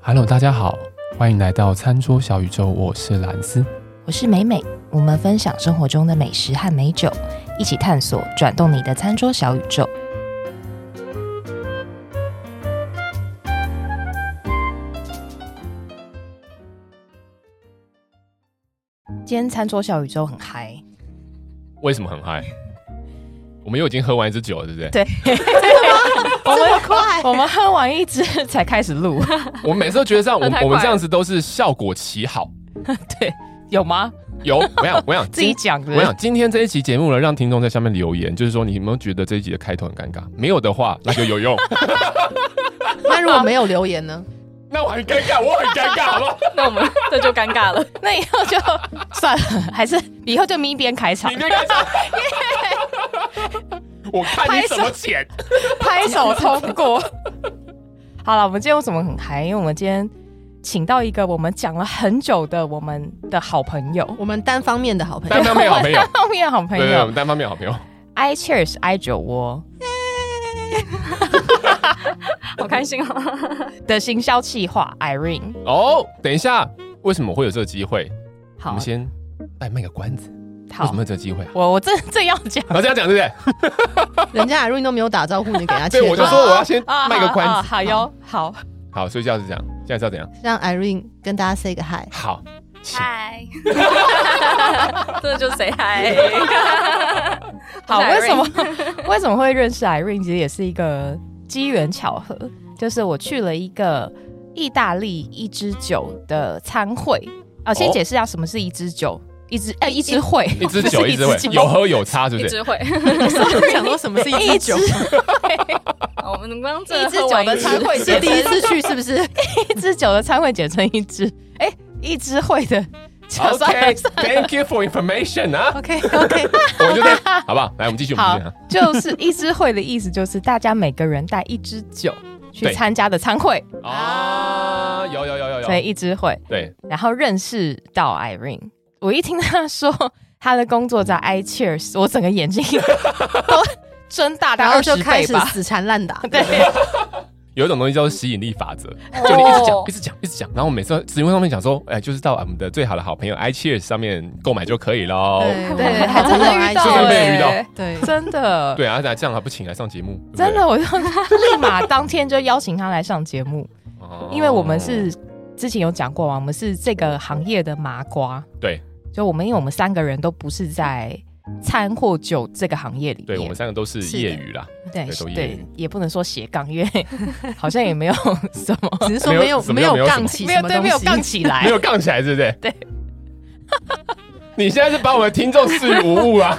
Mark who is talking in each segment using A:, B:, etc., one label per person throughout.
A: Hello，大家好，欢迎来到餐桌小宇宙，我是蓝斯。
B: 我是美美，我们分享生活中的美食和美酒，一起探索转动你的餐桌小宇宙。今天餐桌小宇宙很嗨，
C: 为什么很嗨？我们又已经喝完一支酒了，对不对？
B: 对，我们快，我们喝完一支 才开始录，
C: 我们每次都觉得这 样，我
D: 喝太快
C: 我们这样子都是效果奇好。
B: 对，有 吗？
C: 有，我想，我想
B: 自己
C: 今
B: 讲
C: 我想
B: 的，
C: 今天这一期节目呢，让听众在下面留言，就是说你有没有觉得这一集的开头很尴尬？没有的话，那就有 用。
D: 那如果没有留言呢？
C: 那我很尴尬，我很尴尬，好 不好？
D: 那我们这就尴尬了。
B: 那以后就算了，还是以后就咪边开场
C: 你，在 干啥？我看你怎么剪。
B: 拍手通过。好了，我们今天为什么很嗨？因为我们今天请到一个我们讲了很久的我们的好朋友，
D: 我们单方面的好朋
C: 单
D: 友，
C: 方面好朋友，
B: 后面好朋
C: 对对对，我
B: 友
C: 们单方面 好朋友。
B: ，I Cheers I 酒窝
D: 好开心哦！
B: 的行销企划 Irene。
C: 哦，等一下，为什么会有这个机会？我
B: 好
C: 们，先来卖个关子，为什
B: 好
C: 么会，有这个机会啊？
B: 我我这这要 讲，
C: 然后这样讲对不对？
D: 人家 Irene 都没有打招呼，你给他
C: 对，
D: 切断，
C: 我就说我要先
B: 啊
C: 卖个关
B: 好
C: 子。
B: 好哟，好，
C: 好，睡觉是这样，现在是要怎样？
D: 让 Irene 跟大家 say 个 hi。
C: 好，请
E: 嗨，这就是谁嗨？
B: 好，
E: 我
B: 为
E: 是
B: 什么 为什么会认识 Irene？其实也是一个机缘巧合，就是我去了一个意大利一支酒的餐会。啊、先
C: 哦
B: 解释一下什么是一支酒，一支哎、一支会，
C: 一支酒，
B: 不是
C: 一支 会，有喝有差，是不
E: 一
C: 是？
E: 直会，
D: 我想说什么是一支酒？
E: 我们刚刚
B: 一
E: 这
B: 支酒的餐会
D: 是第一次去是不是？
B: 一支酒的餐会简称一支，哎、一支会的。 就算
C: OK, thank you for information 啊！
D: OK OK，
C: 我就在，好不好？来，我们继续，我
B: 好
C: 们继续啊。，
B: 就是一支会的意思，就是大家每个人带一支酒去
C: 对
B: 参加的餐会，
C: 啊，有有有有有
B: 所以，一支会。
C: 对，
B: 然后认识到 Irene。我一听他说他的工作在
C: 嗯
B: iCheers，我整个眼睛 都睁大概
D: 然后
B: 二
D: 就
B: 十
D: 开
B: 倍
D: 始
B: 吧。
D: 死缠烂打。
B: 对，
C: 有一种东西叫做吸引力法则，
E: 哦
C: 就你一直讲，一直讲，一直讲，然后我每次在直播上面讲说，哎，就是到我们的最好的好朋友 iCheers 上面购买就可以喽。
D: 哦
B: 对还真的遇到
C: 就顺便遇到
B: 欸
D: 哎对，
B: 真的，
C: 对啊，那这样还不请来上节目？对不对
B: 真的，，我就 立马当天就邀请他来上节目，
C: 哦
B: 因为我们是之前有讲过嘛，我们是这个行业的麻瓜。
C: 对，
B: 就我们因为我们三个人都不是在餐或酒这个行业里
C: 对我
B: 面
C: 们，三个都是
D: 是的
C: 业余啦，
B: 对
C: 对都业余
B: 对，也不能说斜杠，因为 好像也没有什么，
D: 只是说
C: 没
D: 没
C: 有
D: 有
C: 怎么
D: 没
C: 样没有
D: 有
C: 什么
D: 杠起什么
B: 对，
D: 东
B: 没有杠
D: 西。
B: 起来，
C: 没有杠起来，是不是？
B: 对。
C: 你现在是把我们听众视于无物啊！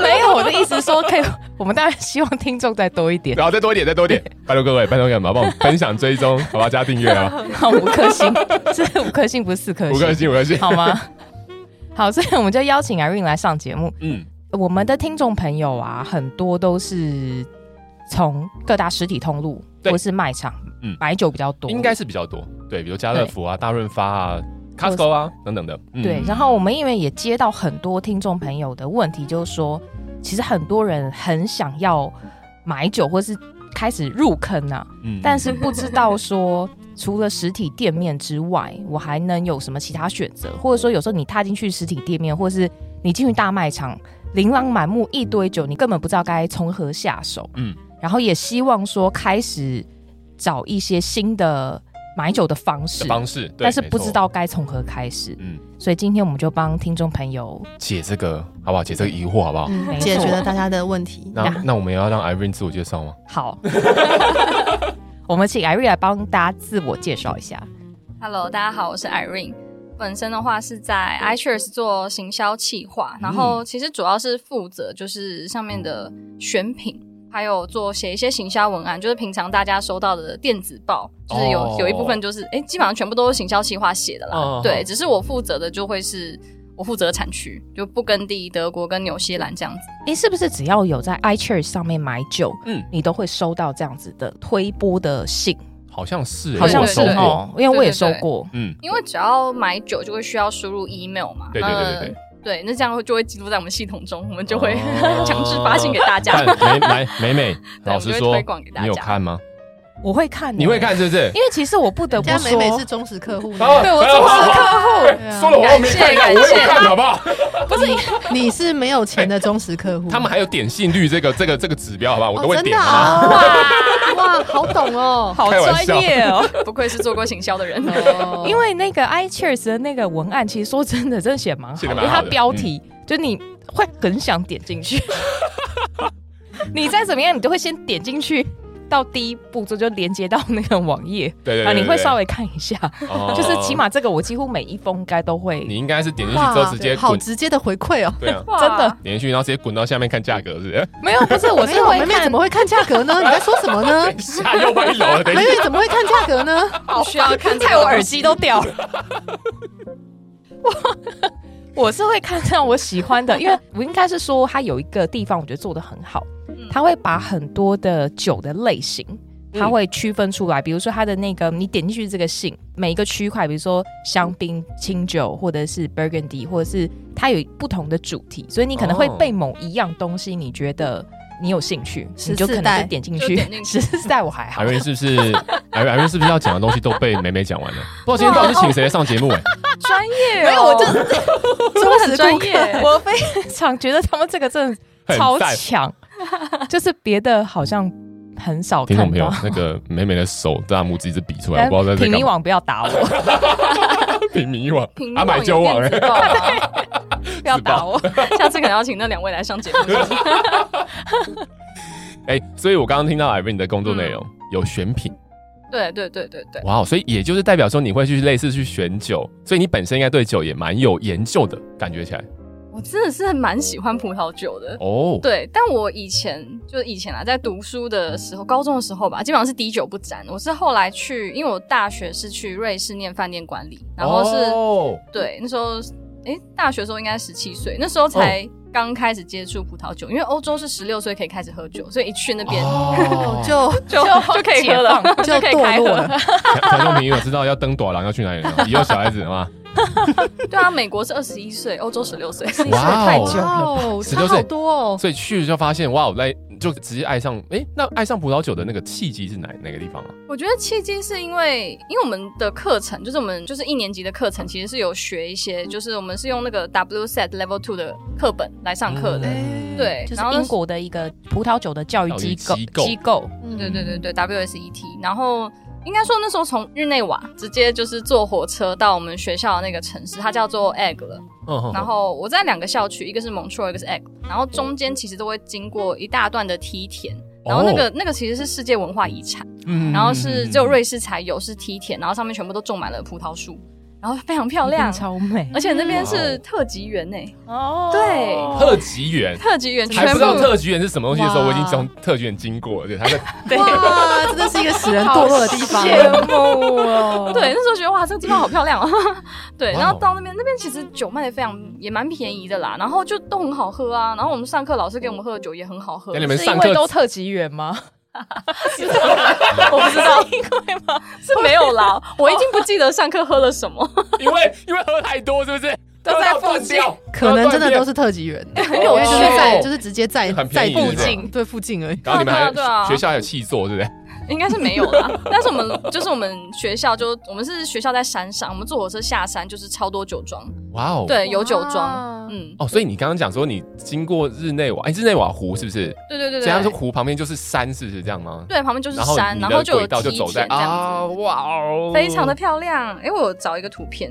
B: 没有，我的意思是说，可以，我们当然希望听众再多一点，
C: 然后再多一点，再多一点，拜托各位，拜托各位，麻烦我们分享、追踪，好吧，加订阅啊，
B: 好五颗星，是五颗星，不是四颗
C: 五颗
B: 星，
C: 星，五颗星。
B: 好吗？好，所以我们就邀请 Irene 来上节目。
C: 嗯，
B: 我们的听众朋友啊，很多都是从各大实体通路
C: 对
B: 或是卖场
C: 嗯
B: 买酒比较多，
C: 应该是比较多，对，比如家乐福啊、大润发啊、Costco 啊等等的。嗯
B: 对。然后我们因为也接到很多听众朋友的问题，就是说，其实很多人很想要买酒或是开始入坑啊，
C: 嗯
B: 但是不知道说，除了实体店面之外，我还能有什么其他选择？或者说，有时候你踏进去实体店面，或是你进去大卖场，琳琅满目一堆酒，你根本不知道该从何下手。嗯
C: 嗯，
B: 然后也希望说开始找一些新的买酒的方式，
C: 的方式，对
B: 但是
C: 没
B: 不
C: 错
B: 知道该从何开始。
C: 嗯
B: 所以今天我们就帮听众朋友，
C: 解这个好不好？解这个疑惑好不好？
B: 没错
D: 嗯，解决了大家的问题。
C: 那
B: 呀
C: 那我们也要让 Irene 自我介绍吗？
B: 好，我们请艾瑞来帮大家自我介绍一下。
E: Hello，大家好，我是 Irene。本身的话是在 iCheers 做行销企划，然后其实主要是负责就是上面的选品，还有做写一些行销文案，就是平常大家收到的电子报，就是有、
C: 哦
E: 有一部分就是哎、诶基本上全部都是行销企划写的啦。
C: 哦
E: 对，只是我负责的就会是我负责产区，就不耕地德国跟纽西兰这样子。
B: 你是不是只要有在 iChurch 上面买酒，
C: 嗯
B: 你都会收到这样子的推播的信？
C: 好像是，
B: 好像
C: 我
B: 是
C: 收过。
B: 哦，因为我也收过。
C: 嗯，
E: 因为只要买酒就会需要输入 email 嘛，
C: 对对对对
E: 那
C: 对，
E: 对那这样就会记录在我们系统中，我们就会
C: 哦
E: 强制发信给大家。
C: 但美美美美，
E: 对
C: 老
E: 我
C: 实
E: 们就会
C: 说
E: 推广给，大家
C: 你有看吗？
B: 我会看欸、
C: 你会看是不是？
B: 因为其实我不得不
D: 家
B: 说，
D: 美美是忠实客户呢，
C: 啊
B: 对我忠实客户，
D: 对
C: 说了
D: 啊，
C: 我又没看到，我
E: 感谢
C: 有
E: 感谢
C: 看，好不好？
B: 不是因为
D: 你是没有钱的忠实客户。
C: 他们还有点信率这个这个这个指标，好不好？我都
D: 哦
C: 会
D: 真
C: 点
D: 的
C: 好吗
D: 啊哇哇，好懂哦。
B: 好
C: 开玩
B: 专
C: 笑
B: 业哦。
E: 不愧是做过行销的人。
D: 哦
B: 因为那个 iCheers 的那个文案，其实说真的，真的写蛮好
C: 写
B: 的，
C: 得蛮
B: 因为
C: 好
B: 它
C: 的嗯
B: 标题、就你会很想点进去。 你再怎么样，你都会先点进去，到第一步骤就连接到那个网页
C: 对对
B: 啊，
C: 对，
B: 你会稍
C: 微
B: 微看一下，就是起码这个我几乎每一封应该都会
C: 你应该是点进去
D: 哇
C: 之后直接
D: 好
C: 滚，
D: 直接的回馈哦。
C: 对啊，
E: 哇
B: 真的
C: 点进去然后直接滚到下面看价格，是不 是？
B: 没有，不是我
D: 没
B: 是
D: 有，
B: 会
D: 美美
B: 看
D: 怎么会看价格呢？你在说什么呢？
C: 下又歪楼了，等一
D: 美
B: 哎
C: 下。
D: 美怎么会看价格呢？
E: 好需要看这个
B: 害我耳机都掉了。我我 是会看上我喜欢的，因为我应该是说它有一个地方我觉得做的很好
E: 嗯，
B: 它会把很多的酒的类型。它会区分出来，比如说它的那个，你点进去这个姓，每一个区块，比如说香槟、清酒，或者是 Burgundy，或者是它有不同的主题，所以你可能会
C: 哦
B: 被某一样东西，你觉得你有兴趣，你
D: 十
B: 就可
D: 四
B: 能
D: 代
B: 就点进
E: 就
B: 去
E: 点进。去
B: 十四代我还好
C: 海，瑞是不是？海瑞海瑞是不是要讲的东西都被美美讲完了？不知道今天到底是请谁来上节目？哎，
B: 专业、
D: 没有，我就
B: 我
D: 忠
B: 很
D: 实
B: 专
D: 顾
B: 业
D: 客。，
B: 我非常觉得他们这个真的超
C: 很赞
B: 强，就是别的好像很少
C: 听
B: 看
C: 众朋友
B: 到。，
C: 那个美美的手大拇指一直比出来，
B: 但
C: 我不知道在
B: 哎品
C: 干
B: 迷
C: 嘛。
B: 网不要打 我，
C: 平迷网
E: 屏幕
C: 啊，买酒网
E: 有
C: 哎
E: 电子报啊
B: 不要打我。
E: 下次可能要请那两位来上节目。
C: 哎，所以我刚刚听到 Irene 的工作内
B: 嗯
C: 容有选品，
E: 对对对对对，
C: 哇，哦，所以也就是代表说你会去类似去选酒，所以你本身应该对酒也蛮有研究的感觉起来
E: 我真的是蛮喜欢葡萄酒的。
C: 哦。
E: 对，但我以前就是以前啊，在读书的时候，高中的时候吧，基本上是滴酒不沾。我是后来去，因为我大学是去瑞士念饭店管理，然后是、
C: 哦
E: 对那时候，诶，大学的时候应该十七岁，那时
B: 哦
E: 候才刚开始接触葡萄酒，因为欧洲是十六岁可以开始喝酒，所以一去那边、
C: 哦
D: 就
E: 就就可以喝了，
D: 就
E: 可以
D: 堕
E: 开喝
D: 落了。
C: 观众朋友知道要登短廊要去哪里了？以后小孩子嘛，
E: 对啊，美国是二十一岁，欧洲十六岁。
C: 哇
B: 太久
C: 哦！
B: 了吧，
D: 哦，
C: 16
D: 差好
C: 岁
D: 多哦。
C: 所以去就发现哇，我来就直接爱上哎、那爱上葡萄酒的那个契机是哪哪个地方啊？
E: 我觉得契机是因为，因为我们的课程就是我们就是一年级的课程，其实是有学一些，就是我们是用那个 WSET Level Two 的课本来上课的。
D: 哎
E: 对，
B: 嗯就是
E: 然后那
B: 英国的一个葡萄酒的教育机构
C: 教育机构
B: 机构，
E: 对对对对，WSET，然后。应该说那时候从日内瓦直接就是坐火车到我们学校的那个城市，它叫做 Egg 了。
C: 嗯
E: 然后我在两个校区，一个是蒙特 r 一个是 Egg，然后中间其实都会经过一大段的梯田，然后那个、那个其实是世界文化遗产。
C: 哦嗯
E: 然后是只有瑞士才有，是梯田，然后上面全部都种满了葡萄树，然后非常漂
B: 一
C: 嗯
B: 定
E: 亮，
B: 超美
E: 而且那边
C: 哇
E: 是
C: 哦
E: 特级园呢，
B: 哦
E: 对
C: 嗯特级园。
E: 特级园
C: 还
E: 全
C: 不
E: 部
C: 知道特级园是什么东西的时候，
D: 哇
C: 我已经从特级园经过了，对，他在
B: 对
D: 哇，真的是一个使人堕落的地 方。
B: 羡慕 哦。
E: 对，那时候觉得哇，这个地方好漂亮哦。 对，
C: 哇哦
E: 然后到那边，那边其实酒卖的非常，也蛮便宜的啦，然后就都很好喝啊。然后我们上课老师给我们喝的酒也很好喝
C: 在，你们
B: 是因
C: 上
B: 为
C: 课
B: 都特级园吗？
E: 我不知 道
B: 因为吗？
E: 是没有啦， 我已经不记得上课喝了什么，
C: 因为因为喝太多，是不是？
B: 都在
C: 喝到
B: 附
C: 断
B: 近
C: 掉，
D: 可能真的都
C: 是。
D: 是特级园，很
E: 有
D: 就是
E: 趣
D: 在就是直接在
C: 很
D: 在
C: 便宜
D: 附
C: 是吧
D: 近，对附近而已。
C: 然后你们还
E: 对啊对啊
C: 学校还有气座，对不对？
E: 应该是没有啦。但是我们就是我们学校就我们是学校在山上，我们坐火车下山就是超多酒庄，
C: 哇哦，
E: 对，有酒庄。
D: 哇，
E: 嗯，
C: 哦，所以你刚刚讲说你经过日内瓦，哎，日内瓦湖是不是？
E: 对对对
C: 所以它是
E: 对，
C: 湖旁边就是山，是不是这样吗？
E: 对，旁边就是
C: 然后
E: 山，
C: 你
E: 然
C: 的
E: 后就有
C: 轨道就
E: 梯
C: 走在
E: 田这样
C: 啊，哇哦
E: 子，，非常的漂亮。哎，我有找一个图片，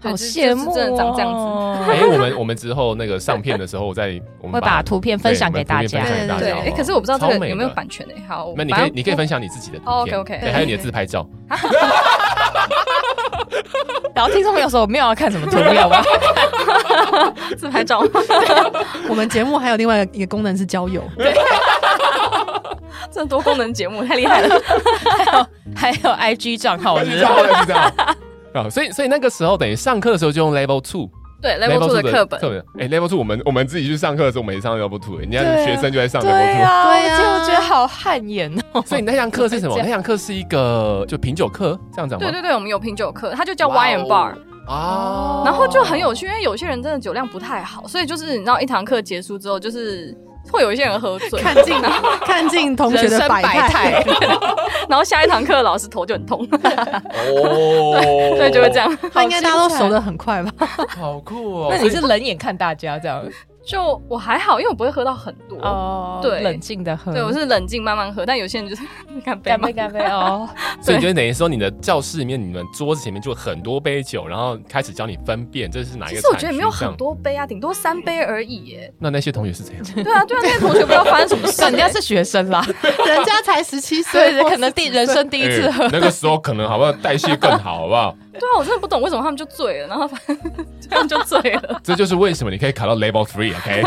B: 好
E: 对就是
B: 羡慕
E: 就是真的长这样子。
B: 哦。
C: 哎，我们我们之后那个上片的时候，我再我
B: 会
C: 们
B: 把图片分享给大
C: 对
B: 家
C: 我们图片。分享给大
E: 对，
C: 家。
E: 哎
C: 好，好
E: 可是我不知道这
C: 超美
E: 个
C: 的
E: 有没有版权哎。好，
C: 那你可
E: 反
C: 以
E: 正
C: 你可以分享你自己的图
E: 哦
C: 片
E: ，OK，OK
C: 对还有你的自拍 照。
B: 然后听众朋友说我没有要看什么图片，我要
E: 自拍 照，
D: 我们节目还有另外一个功能是交友，
E: 这多功能节目太厉害了。
B: 还有 IG 账号，我
C: 我
B: 觉
C: 知
B: 得
C: 道，我知道。啊，所以所以那个时候等于上课的时候就用 Level Two
E: 对，Level Two 的课本，
C: 哎，Level Two 我们我们自己去上课的时候，我们也上 Level Two，人家
E: 啊
C: 学生就在上 Level
B: 对
C: Two。
B: 啊，
D: 对啊
B: 我就觉得好汗颜哦。
C: 所以你那堂课是 什么？
B: 这样
C: 那堂课是一个就品酒课，这样讲吗？
E: 啊对对对，我们有品酒课，它就叫
C: 哇哦
E: Wine and Bar，
C: 啊
E: 然后就很有趣，因为有些人真的酒量不太好，所以就是你知道一堂课结束之后，就是会有一些人喝醉，
D: 看 尽看尽同学
E: 人
D: 的
E: 生
D: 百
E: 态，然后下一堂课老师头就很 痛，
C: 哦，
E: 所以就会这，样。
D: 他应该大家都熟的很快吧？
C: 好酷哦。
B: 那
C: 所
B: 你
C: 以
B: 是冷眼看大家这样
E: 就我还好，因为我不会喝到很多，
B: 哦
E: 对
B: 冷静的喝，
E: 对我是冷静慢慢喝，但有些人就是 你敢杯
B: 干
E: 吗
B: 杯？干杯 哦，
C: 所以就是等于说，你的教室里面，你们桌子前面就很多杯酒，然后开始教你分辨这是哪一
E: 其
C: 个。
E: 实我觉得也没有很。多杯啊，顶多三杯而已耶。
C: 那那些同学是怎样？
E: 对啊，对啊，那些同学不知道发生什么事，
B: 人家是学生啦，
D: 人家才十七 岁，
B: 对，可能 第人生第一次喝
C: 哎那个时候可能好不好代谢更好，好不 好？
E: 对啊，我真的不懂为什么他们就醉了，然后反正他们就醉了。
C: 这就是为什么你可以考到 Level Three，OK？、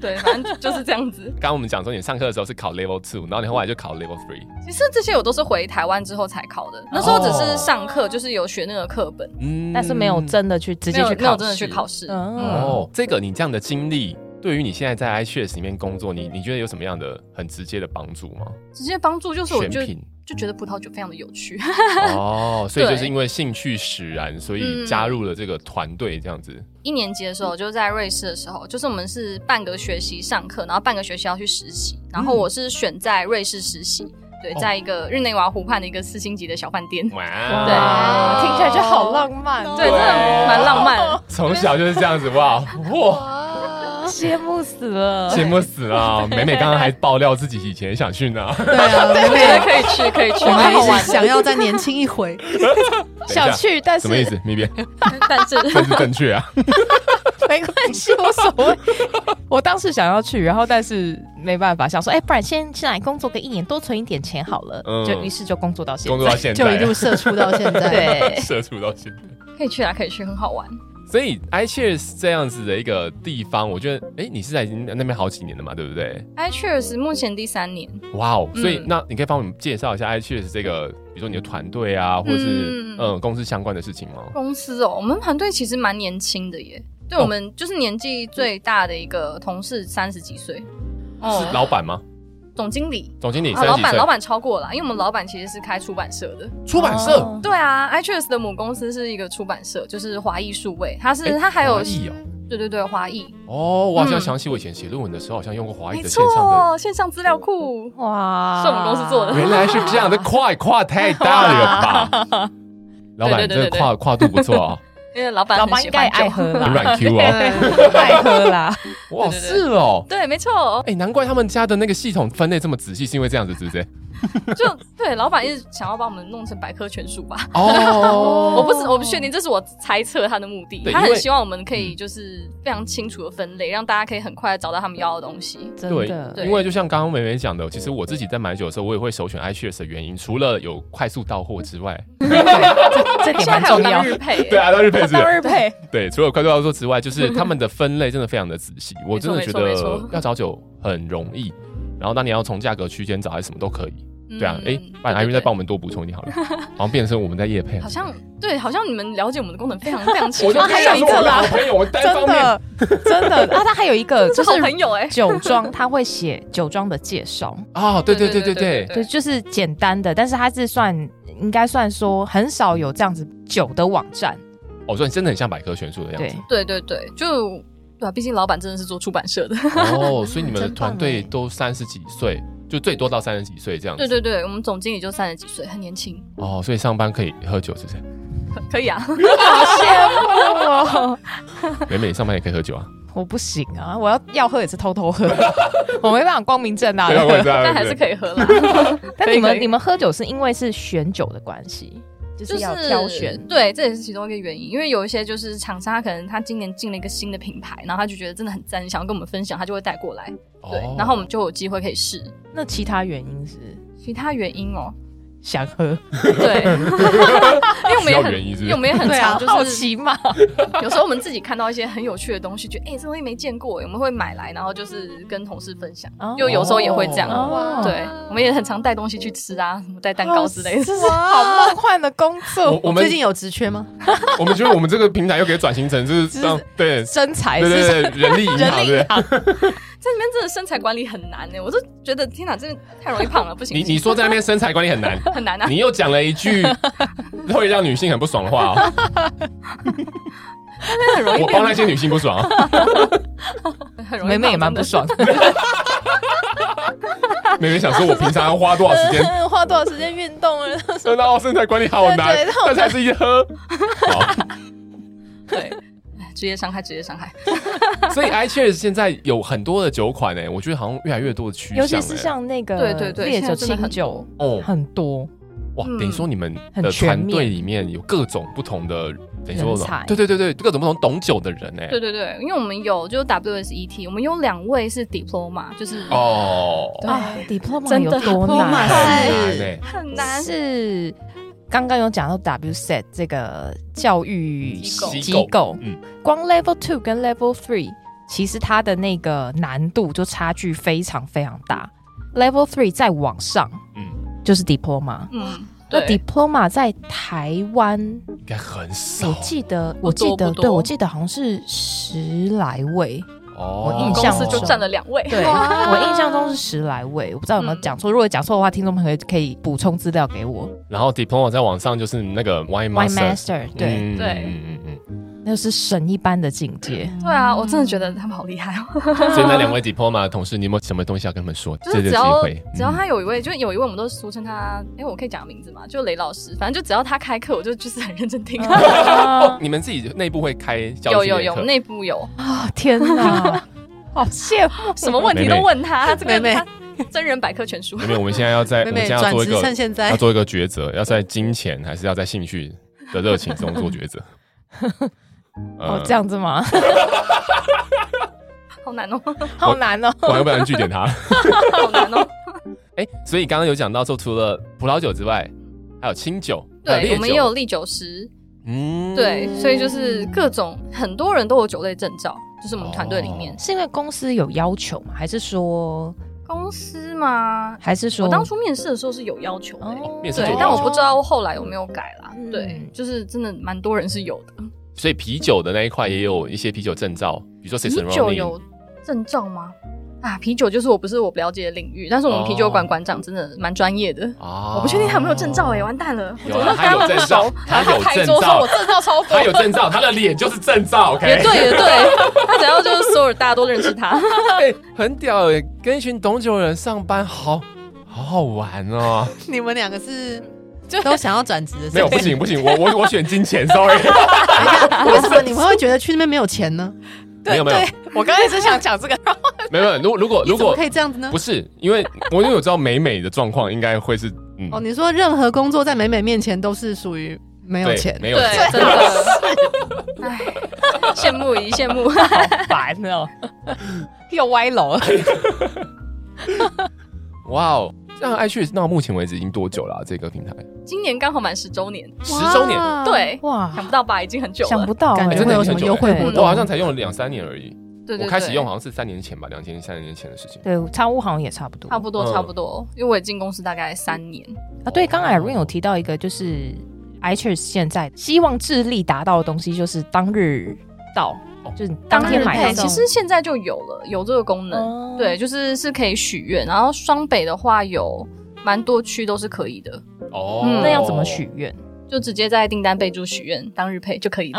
E: 对，反正就是这样子。
C: 刚刚我们讲说，你上课的时候是考 Level Two，然后你后来就考 Level Three。
E: 其实这些我都是回台湾之后才考的，那时候只是上课，就是有学那个课本，
C: 嗯
B: 但是没有真的去直
E: 没
B: 接
E: 有
B: 去
E: 没有
B: 考，
E: 真的去考。试。
B: 嗯，
C: 哦。这个你这样的经历，对于你现在在 iShares 里面工作，你你觉得有什么样的很直接的帮助吗？
E: 直接帮助就是我
C: 选
E: 就
C: 品
E: 就觉得葡萄酒非常的有趣，
C: 哦，所以
E: 对
C: 就是因为兴趣使然，所以
E: 嗯
C: 加入了这个团队这样子。
E: 一年级的时候，就在瑞士的时候，就是我们是半个学期上课，然后半个学期要去实习，然后我是选在瑞士实习，对，在一个日内瓦湖畔的一个四星级的小饭店，
C: 哇，
B: 听起来就好浪漫，
E: 对，真的蛮浪漫的。
C: 从小就是这样子哇哇，
B: 羡慕死了。
C: 羡慕死了！啊美美刚刚还爆料自己以前想去哪，
D: 对啊，
E: 我觉得
D: 对
E: 可以去，可以去，
D: 我
E: 蛮
D: 们
E: 好
D: 一
E: 玩
D: 直
E: 的。
D: 想要再年轻一回，
B: 想去，但
C: 什
B: 是
C: 么意思？咪咪，
E: 但是
C: 这是正确啊！
B: 没关系，无所谓。我当时想要去，然后但是没办法，想说，哎、不然先先来工作个一年，多存一点钱好了。
C: 嗯
B: 就于是就工作到现在，
C: 工作到现
D: 就
C: 在
D: 一路，社畜到现在。，
B: 对
C: 社畜到现在。
E: 可以去啊，可以去，很好玩。
C: 所以 iCheers 这样子的一个地方，我觉得，哎、你是在已经那边好几年了嘛，对不对？
E: iCheers 目前第三年，
C: 哇哦！所以、
E: 嗯
C: 那你可以帮我们介绍一下 iCheers 这个，比如说你的团队啊，或者是嗯
E: 嗯、
C: 公司相关的事情吗？
E: 公司哦，我们团队其实蛮年轻的耶，
C: 哦
E: 对我们就是年纪最大的一个同事三十几岁，
C: 是老板吗？
E: 总经理。
C: 总经理
E: 哦
C: 哦
E: 啊，
C: 三
E: 老
C: 十几
E: 板，
C: 岁
E: 老，板超过了啦，因为我们老板其实是开出版社的。
C: 出版社，
B: 哦
E: 对啊，iCheers 的母公司是一个出版社，就是华裔数位，它
C: 诶
E: 是它还有
C: 华裔哦。
E: 对对对华裔，
C: 哦，我好像
E: 嗯
C: 想起我以前写论文的时候，好像用过华裔
E: 没
C: 的线上的，哦
E: 错，线上资料库。
B: 哇
E: 是我们公司做的
C: 原来是这样的，跨跨太大了吧？ 老板，
E: 对对对
C: 你这
E: 对对
C: 跨跨度不错 啊，
E: 因为老 板
B: 老
E: 很
B: 板
E: 喜
B: 应该
E: 欢
B: 也爱
E: 酒，
B: 喝
C: 很
B: 啦，
C: 软 Q 啊！
B: 爱喝啦。
C: 哇，
E: 对对
C: 是哦，
E: 对，没错，
C: 哎，难怪他们家的那个系统分类这么仔细，是因为这样子，是 不是？
E: 就对，老板一直想要把我们弄成百科全书吧。
C: 哦，
E: 我不是我不确定，这是我猜测他的目的。
C: 对
E: 他
C: 因
E: 很
C: 为嗯
E: 希望我们可以就是非常清楚的分类，让大家可以很快地找到他们要的东西。
B: 真
C: 对
B: 的，
E: 对
C: 因为就像刚刚美美讲的，其实我自己在买酒的时候，我也会首选 iShares 的原因，除了有快速到货之外，
B: 这点
E: 现在
B: 蛮
E: 还有
B: 重要
E: 当。日配、
C: 对啊，到日配置，
B: 当日配，
C: 对，除了有快速到货之外，就是他们的分类真的非常的仔细，我真的觉
E: 没错没
C: 得
E: 错
C: 要找酒很容易，然后当你要从价格区间找，还是什么都可以。
E: 嗯
C: 对啊，哎、把阿云再帮我们多补充一点好了，好像变成我们在夜配。
E: 好像对，好像你们了解我们的功能非常非常 清
C: 我
E: 楚
C: 就。
B: 啊还有一个
C: 我
B: 啦
C: 的好朋友，我单
B: 真
C: 方面
B: 的，真的。 啊，他还有一个
E: 这
B: 就是
E: 好朋友哎、
B: 酒庄，他会写酒庄的介绍，
C: 哦，对对对对对，
B: 对，就是简单的，但是它是算应该算说很少有这样子酒的网站，
C: 我哦说你真的很像百科全书的样
B: 对
C: 子。
E: 对对对，就对啊，毕竟老板真的是做出版社的。
C: 哦，所以你们的
D: 真棒
C: 团队
D: 哎
C: 都三十几岁，就最多到三十几岁这样子。
E: 欸对对对，我们总经理就三十几岁，很年轻，
C: 哦，所以上班可以喝酒，是不 是？
E: 可可以啊。
B: 羡慕。哦
C: 美美上班也可以喝酒啊。
B: 我不行啊，我要要喝也是偷偷喝， 我没办法光明正大
C: 对啊，我也
B: 的。
C: 知 道。
E: 但还是可以喝 啦，
B: 但你
E: 可以可
B: 们
E: 以
B: 你们喝酒是因为是选酒的关系，就
E: 就是
B: 是要挑选。
E: 对，这也是其中一个原因。因为有一些就是厂商，他可能他今年进了一个新的品牌，然后他就觉得真的很赞，想要跟我们分享，他就会带过来。对，
C: 哦
E: 然后我们就有机会可以试。
B: 那其他原因是
E: 其他原因 哦，
B: 想喝，
E: 对，因为我们也
C: 需要
E: 很，
C: 原因是不是
E: 因为我们也很
D: 对啊
E: 常，
B: 好
E: 就是
B: 奇哦嘛？
E: 有时候我们自己看到一些很有趣的东西，觉得哎、这东西没见过，我们会买来，然后就是跟同事分享。
B: 哦
E: 就有时候也会这样，
B: 哦
E: 对，我们也很常带东西去吃啊，什么带蛋糕之 类的。
B: 这是好梦幻的工
C: 我
B: 作，
C: 我
D: 最
C: 们
D: 近有职缺吗？
C: 我们觉得我们这个平台又可以转型成 就是
B: 是
C: 让对
E: 嗯
B: 身材
C: 对对
B: 是
C: 对人力银
B: 人
C: 行，
B: 力
C: 对
B: 银
C: 不对？
B: 行
E: 这里面真的身材管理很难呢、欸我都觉得天哪，真的太容易胖了，不行，
C: 你
E: 不行
C: 你说在那边身材管理很 难，
E: 很难啊。
C: 你又讲了一 句会让女性很不爽的话哦，
E: 很容易
C: 我帮那些女性不爽啊。
E: 很 容易
B: 妹妹也
E: 爆
B: 蛮
E: 真的
B: 不爽的。
C: 妹妹想说，我平常要花多少时 间？
F: 花多少时间运动啊？
C: 然后身材管理好难
F: 对对，
C: 那才是一 喝。好，
E: 对，哎职业伤害，职业伤害。
C: 所以 iCheers 现在有很多的酒款哎，我觉得好像越来越多的趋向
B: 尤
C: 哎，
B: 其是像那个
E: 对对对
B: 烈酒、
E: 现在真的
B: 清
E: 很
B: 酒
C: 哦
B: 很多，
C: 哇，
E: 嗯
C: 等于说你们的
B: 很全
C: 团
B: 面
C: 队里面有各种不同的，等于说
B: 人才
C: 对对对对，各种不同懂酒的人哎，
E: 对对对，因为我们有就是 WSET，我们有两位是 diploma，就是
C: 哦，
E: 哎
B: 啊，diploma
D: 真
B: 有
D: 的
B: 多
D: diploma
B: 难？
D: 是
C: 很难哎
E: 很难
B: 是刚刚有讲到 WSET 这个教育
E: 机构
C: 机构嗯
B: 嗯，光 Level Two 跟 Level Three，其实它的那个难度就差距非常非常大。Level Three 再往上，
C: 嗯
B: 嗯，就是 Diploma。
E: 嗯，
B: 啊那
E: 对，
B: Diploma 在台湾，
C: 应该很少
B: 我记得，
E: 不
B: 我
E: 多
B: 记得，
E: 不多
B: 对我记得好像是十来位，
C: 哦
B: 我印
E: 公
B: 象
E: 司就
B: 中
E: 占了两位。
B: 对，
D: 哇
B: 我印象中是十来位，我不知道有没有
E: 嗯
B: 讲错。如果讲错的话，听众朋友可以补充资料给我。
C: 然后 diploma 在网上就是那个 wine
B: Wine
C: master，
B: Master，对，
C: 嗯
E: 对
C: 嗯嗯嗯
B: 那是神一般的境界。
E: 对啊，我真的觉得他们好厉害哦。
C: 嗯。所以那两位 diploma 的同事，你有没有什么东西要跟他们说？
E: 就是
C: 这个
E: 只
C: 机
E: 要
C: 会，嗯
E: 只要他有一位，就有一位我们都俗称他，哎，我可以讲名字嘛，就雷老师。反正就只要他开课，我就就是很认真听。
B: 嗯
E: 啊
C: 哦，你们自己内部会开教育
E: 有
C: 训
E: 有
C: 练
E: 有，
C: 课
E: 内部有
B: 啊天哪，好羡慕！
E: 什么问题
C: 妹妹
E: 都问他，他这个
D: 妹妹
E: 他真人百科全书
C: 妹。妹，我们现在要在，哎我
D: 妹
C: 们
D: 妹
C: 现在要
D: 转
C: 做一
D: 职趁
C: 个啊
D: 现
E: 哎
C: 要
D: 在，
C: 做一个抉择，要在金钱还是要在兴趣的热情中做抉 择？嗯呃
B: 哦，这，样子吗？
E: 好难 哦，
B: 好难哦。
C: 我要不然据 点他。
E: 好难哦。
C: 哎，所以刚刚有讲到说，除了葡萄酒之外，还有清酒，还
E: 对，
C: 烈
E: 我们
C: 酒
E: 也有，历酒师，
C: 嗯
E: 对，所以就是各种很多人都有酒类证照，就是我们团队里面
B: 是因为公司有要求吗？还是说，
E: 公司嘛，
B: 还是说，
E: 我当初面试的时候是有要求的、
B: 哦
C: 面试
E: 对
C: 酒，
E: 但我不知道后来有没有改啦。
B: 嗯
E: 对，就是真的蛮多人是有的。
C: 所以啤酒的那一块也有一些啤酒证照，比如说 s i s
E: 啤
C: o n
E: 酒有证照吗？啊，啤酒就是我不是我不了解的领域，但是我们
C: 哦
E: 啤酒馆馆长真的蛮专业的。
C: 啊
E: 我不确定他有没有证照哎、完蛋了，
C: 有
E: 我
C: 啊
E: 怎么
C: 他有
E: 跟
C: 证
E: 很
C: 照
E: 熟？
C: 他
E: 然后
C: 有
E: 他拍
C: 证
E: 桌
C: 照
E: 说我证照超多
C: 他，有证照，他的脸就是证照，OK，
E: 也 对也对，他只要就是所有 人大家都认识他。
C: 对，哎很屌诶，跟一群懂酒的人上班，好好好玩哦。
D: 你们两个是都想要转职的，
C: 没有，
D: 是
C: 不
D: 不是
C: 行不行，我我我选金钱，sorry，
D: 为什么你们会觉得去那边没有钱 呢？
C: 没有没有
B: 我刚才也是想讲这个，
C: 没有没有，如果如果
D: 你
C: 如
D: 怎么
C: 果
D: 可以这样子呢
C: 不？是，因为我因为我知道美美的状况应该会是嗯
D: 哦，，你说任何工作在美美面前都是属于没
C: 没
D: 有钱，
C: 没有钱，
E: 对，真的， 哎， 羡慕一羡慕。
B: 好烦哦，又歪楼了。
C: 哇哦。那爱趣到目前为止已经多久了啊、这个平台
E: 今年刚好满十周年，
C: 十周年，
D: 哇，
E: 对，
B: 哇，
E: 想不到吧，已经很久
B: 嗯想
E: 了
B: 不。到
D: 感
B: 哎，
D: 觉
C: 真的
D: 会有
C: 已经
D: 什么
C: 很久
D: 优惠
C: 了
D: 活
E: 嗯
C: 我
D: 动
C: 好？像才用了两三年而已。
E: 对对对，
C: 我开始用好像是三年前吧，两千三年前的事情。
B: 对，差屋好像也差不多。
E: 差不多
C: 嗯
E: 差不多，因为我也进公司大概三年。
B: 啊，对，刚刚 Irene 有提到一个，就是 iChurch 现在希望致力达到的东西，就是当日到，就是当天
E: 日
B: 买
E: 配
B: 到。
E: 其实现在就有了，有这个功能。
B: 哦
E: 对，，就是是可以许愿，然后双北的话有蛮多区都是可以的，
C: 哦，
E: 嗯
B: 那要怎么许愿？
E: 就直接在订单备注许愿当日配就可以了。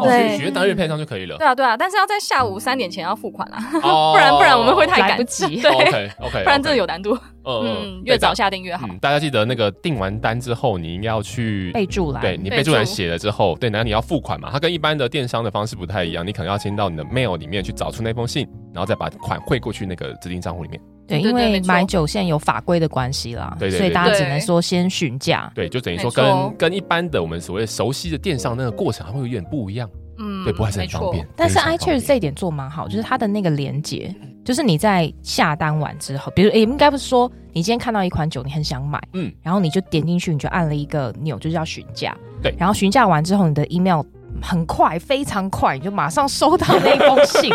C: 哦？所以
E: 对
C: 直接当日配上就可以了。
E: 对 啊，对啊，但是要在下午三点前要付款啦，
C: 哦
E: 不然不然我们会太
B: 来
E: 赶
B: 不及
E: 对，
C: OK OK，
E: 不然真的有难度。
C: 嗯
E: 嗯，越早。
C: 对
E: 下定越好。
C: 嗯，大家记得那个订完单之后，你应该要去
B: 备注栏
C: 对你
E: 备
C: 备注栏
E: 注
C: 写了之后，对，然后你要付款嘛，它跟一般的电商的方式不太一样，你可能要先到你的 mail 里面去找出那封信，然后再把款汇过去那个指定账户里面。
B: 对，
E: 对对
B: 因为
E: 没错
B: 买酒现在有法规的关系啦，
C: 对对对
B: 所以大家
E: 对
B: 只能说先询价。
C: 对，就等于
E: 没
C: 说
E: 错
C: 跟跟一般的我们所谓熟悉的电商那个过程，它会有点不一样，
E: 嗯，
C: 对，不过还是
E: 没
C: 很
E: 错
C: 方便。。
B: 但是
C: 非常方
B: iChurch
C: 便
B: 这一点做蛮好，就是它的那个连接，就是你在下单完之后，比如诶，应该不是说你今天看到一款酒，你很想买，
C: 嗯，
B: 然后你就点进去，你就按了一个钮，就是要询价。
C: 对
B: 然后询价完之后，你的 email 很快，非常快，你就马上收到那封 信。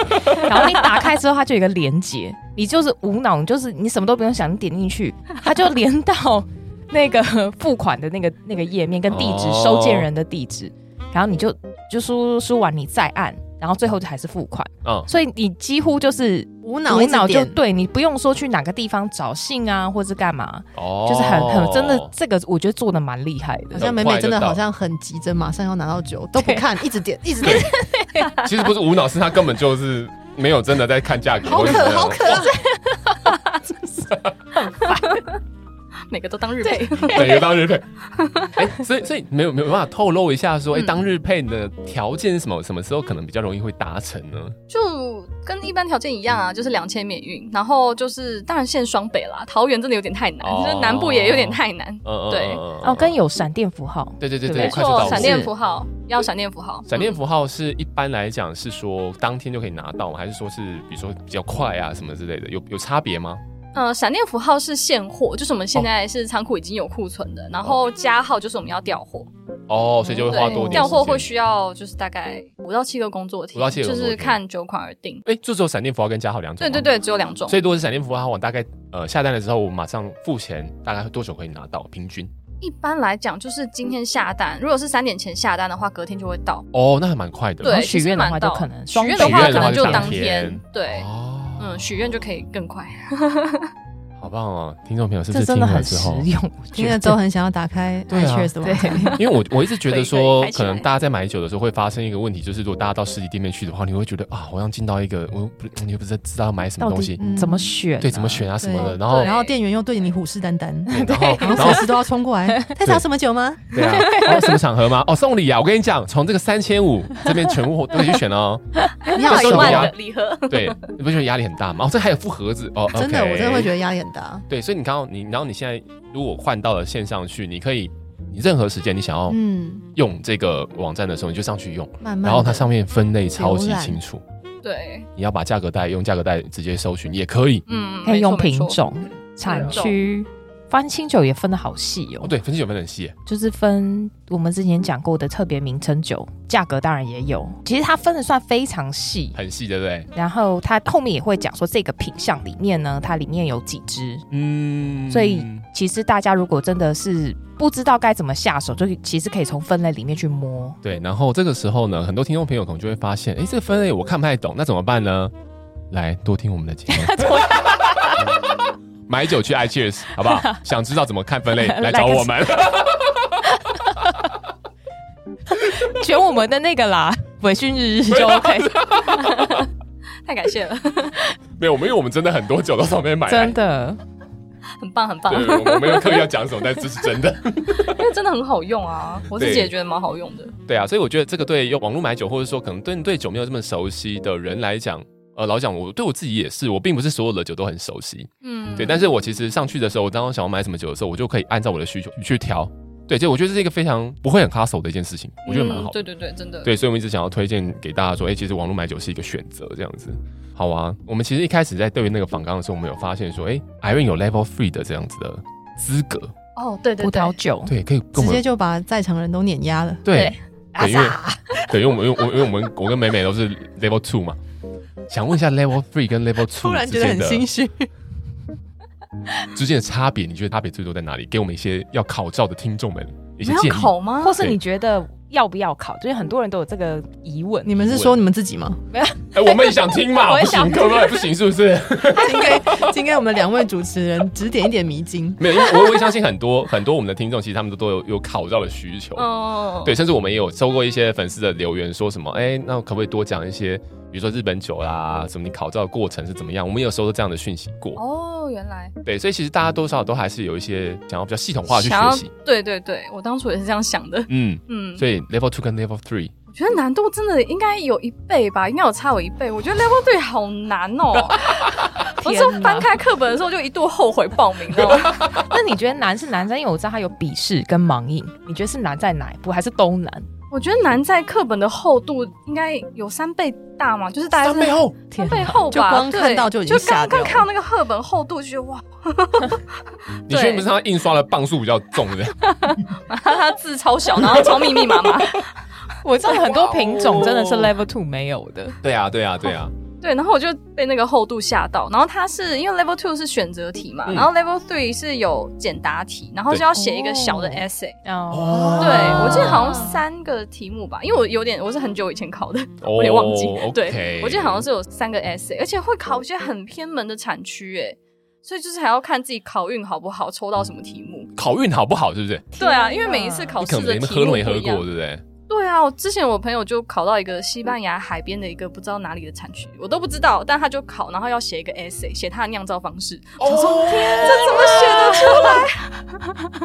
B: 然后你打开之后，它就有一个连接，你就是无脑，你就是你什么都不用想，你点进去，它就连到那个付款的那个 那个页面跟地址、
C: 哦
B: 收件人的地址，然后你就就输输完，你再按。然后最后就还是付款，
C: 嗯，
B: 所以你几乎就是
D: 无
B: 无
D: 脑一直
B: 脑就
D: 点
B: 对你不用说去哪个地方找信啊，或是干嘛，
C: 哦，
B: 就是很很 真的，这个我觉得做的蛮厉害
D: 好
B: 的。
D: 像美美真的好像很急 着马上要拿到酒，都不看，一直点，一直点。
C: 其实不是无脑，是他根本就是没有真的在看价格，
D: 好
C: 或者怎么
D: 可
C: 样
D: 好可爱，
E: 每个都当日 配，
C: 每个当日配。哎、所以所以没有没有办法透露一下说，哎、
E: 嗯
C: 当日配的条件是什么？什么时候可能比较容易会达成呢？
E: 就跟一般条件一样啊，就是两千免运，然后就是当然限双北啦，桃园真的有点太难，
C: 哦
E: 就是南部也有点太难。
C: 嗯嗯，
E: 对
C: 嗯
B: 哦，跟有闪电符号，
C: 对对对
B: 对
C: 对，
E: 没
C: 快速到
E: 错，
C: 位
E: 闪电
B: 是
E: 符号要闪电符号，
C: 闪电
E: 嗯
C: 符号是一般来讲是说当天就可以拿到吗？还是说是比如说比较快啊什么之类的？有有差别吗？
E: 呃，闪电符号是现货，就是我们现在是仓库已经有库存的，然后加号就是我们要调货，
C: 哦，所以哦就会花多一点时间。
E: 嗯调货会需要就是大概五到七个工作天，
C: 5到7个
E: 就
C: 工作
E: 是
C: 天
E: 看酒款而定。
C: 哎、就只有闪电符号跟加号两种。
E: 对对。对，只有两种，
C: 所以如果是闪电符号，我大概呃下单的时候，我马上付钱，大概多久可以拿到？平均
E: 一般来讲就是今天下单，如果是三点前下单的话，隔天就会到。
C: 哦，那还蛮快的。
E: 对，
B: 许愿的话就可能
E: 其实
B: 双
E: 蛮到许愿的话可能
C: 许愿的话
E: 就
C: 就
E: 当
C: 当天
E: 对，
C: 哦，
E: 嗯，许愿就可以更快。
C: 好棒哦，听众朋友是不
B: 这
C: 是
B: 真
C: 听
B: 的
C: 了
B: 很
C: 之
B: 实
C: 后，
B: 用， 我
D: 听
B: 觉
D: 了
B: 得
D: 之后很想要打开
C: 对啊
D: iCheers 的网站。
C: 因为我我一直觉得
E: 可以
C: 说
E: 可以开，起
C: 可
E: 来
C: 能大家在买酒的时候会发生一个问题，就是如果大家到实体店面去的话，你会觉得啊，我要进到一个我又不你又不知道知道买什么
B: 到
C: 东
B: 底
C: 西，
D: 嗯
B: 怎么选？
C: 对，怎么？选啊什么的，
D: 对
C: 然后
E: 对
D: 然后店员又对你虎视眈眈，
C: 对然后
D: 然
C: 然
D: 后
C: 后
D: 随时都要冲 过来。在找什么酒吗？
C: 对啊，哦什么场合吗？哦送礼啊，我跟你讲，从这个三千五这边全部都可以去选哦。
D: 你好
C: 手
E: 一
D: 凶
E: 万
C: 啊
E: 的礼盒，
C: 对，你不觉得压力很大吗？哦，这还有复盒子哦，
D: 真的，我真的会觉
C: 得。
D: 得压力很大。
C: 对，所以你刚刚你，然后你现在如果换到了线上去，你可以你任何时间你想要
D: 嗯，
C: 用这个网站的时候，你就上去用，
D: 慢慢的。
C: 然后它上面分类超级
D: 浏览
C: 清楚。
E: 对，
C: 你要把价格带用价格带直接搜寻也可以。
E: 嗯，
B: 可以
E: 没错
B: 哎用品。
E: 没错
B: 种、产区。翻啊清酒也分的好细
C: 哦，
B: 哦，
C: 对，分析有分得很细耶，
B: 就是分我们之前讲过的特别名称酒，价格当然也有。其实它分的算非常细，
C: 很细，对不对？
B: 然后它后面也会讲说这个品相里面呢，它里面有几支。
C: 嗯
B: 所以其实大家如果真的是不知道该怎么下手，就其实可以从分类里面去摸。
C: 对，然后这个时候呢，很多听众朋友可能就会发现，哎，这个分类我看不太懂，那怎么办呢？来多听我们的 节目。买酒去 iCheers 好不 好？想知道怎么看分类，来找我们。
B: 选我们的那个啦，微醺日日 就 OK，
E: 太感谢了，
C: 没有，我们因为我们真的很多酒都从那边买来
B: 真。的。
E: 很棒很棒，因
C: 对，我们没有刻意要讲什么，但这是真的。
E: 为真的很好用啊，我自己
C: 对
E: 也觉得蛮好用的。
C: 对啊，所以我觉得这个对用网络买酒，或者说可能对对酒没有这么熟悉的人来讲，呃，老讲我对我自己也是，我并不是所有的酒都很熟悉。
E: 嗯，
C: 对，但是我其实上去的时候，我当时想要买什么酒的时候，我就可以按照我的需求去调。对，就我觉得这是一个非常不会很 hustle 的一件事情，我觉得蛮好
E: 嗯
C: 的。
E: 对对对，真的。
C: 对，所以我们一直想要推荐给大家说，哎、其实网络买酒是一个选择，这样子。好啊，我们其实一开始在对于那个访纲的时候，我们有发现说，哎、i r e n e 有 level three 的这样子的资格，
E: 哦，对对
B: 葡
E: 对，
B: 萄酒，
C: 对，可以跟
D: 直
C: 我
D: 接
C: 们
D: 就把在场人都碾压了。
C: 对
B: 阿
C: 对，因为
B: 萨，
C: 对，因为我们因为我因为我们我跟美美都是 level two 嘛，想问一下 level three 跟 level
D: 突
C: two
D: 然
C: 之
D: 觉得
C: 间
D: 很
C: 的
D: 心虚。
C: 之间的差别，你觉得差别最多在哪里？给我们一些要考照的听众们一些
E: 你要
C: 建议。
E: 考吗？
B: 或是你觉得要不要考？就是很多人都有这个疑问。
D: 你们是说你们自 己吗？
C: 哎、我们也想听 嘛，
B: 我也
C: 不
B: 想
C: 行，各位不行，是不是？
D: 应该应该我们两位主持人指点一点迷津。
C: 没有，因为我我也相信很多 很多我们的听众，其实他们都都有有考照的需求。
E: 哦，
C: 对，甚至我们也有收过一些粉丝的留言，说什么，哎、那可不可以多讲一些，比如说日本酒啦，什么你考照的过程是怎么样？我们也有收到这样的讯息过。
E: 哦，原来
C: 对，所以其实大家多少都还是有一些想要比较系统化去
E: 想要
C: 学习。
E: 对对对，我当初也是这样想的。
C: 嗯，
E: 嗯，
C: 所以 level two 跟 level three
E: 我觉得难度真的应该有一倍吧，应该有差我一倍。我觉得 level 对好难哦。我
B: 天哪
E: 是翻开课本的时候就一度后悔报名了。
B: 那你觉得难是难在，因为我知道它有笔试跟盲印，你觉得是难在哪一步，还是都难？
E: 我觉得难在课本的厚度应该有三倍大嘛，就是大概是
C: 后，
B: 天
E: 背后吧，
D: 就光
E: 对
D: 看到就已经
E: 就刚
D: 吓掉
E: 刚
D: 了
E: 看到那个课本厚度，就觉得哇，
C: 你确定不是他印刷的磅数比较重的？
E: 它字超小，然后超密密麻麻。
B: 我知道很
E: 哦
B: 多品种真的是 level two 没有的，
C: 对啊，对啊，对啊，
E: 对，然后我就被那个厚度吓到。然后它是因为 level two 是选择题嘛，
C: 嗯
E: 然后 level three 是有简答题，然后就要写一个小的
B: 哦
E: essay。
B: 哦，
C: 哦
E: 对，我记得好像三个题目吧，因为我有点我是很久以前考的，我有点忘记。
C: 哦
E: 对
C: OK，
E: 我记得好像是有三个 essay，而且会考一些很偏门的产区，哎，所以就是还要看自己考运好不好，抽到什么题目。
C: 考运好不好，是不是？
E: 对啊，因为每一次考
C: 你
E: 试
C: 可能
E: 的
C: 连
E: 题
C: 喝都
E: 目不
C: 没
E: 一
C: 喝
E: 样
C: 过，对。不对？
E: 对啊，啊，我之前我朋友就考到一个西班牙海边的一个不知道哪里的产区，我都不知道，但他就考，然后要写一个 essay，写他的酿造方式。我想
C: 哦
E: 说这怎么写得出来？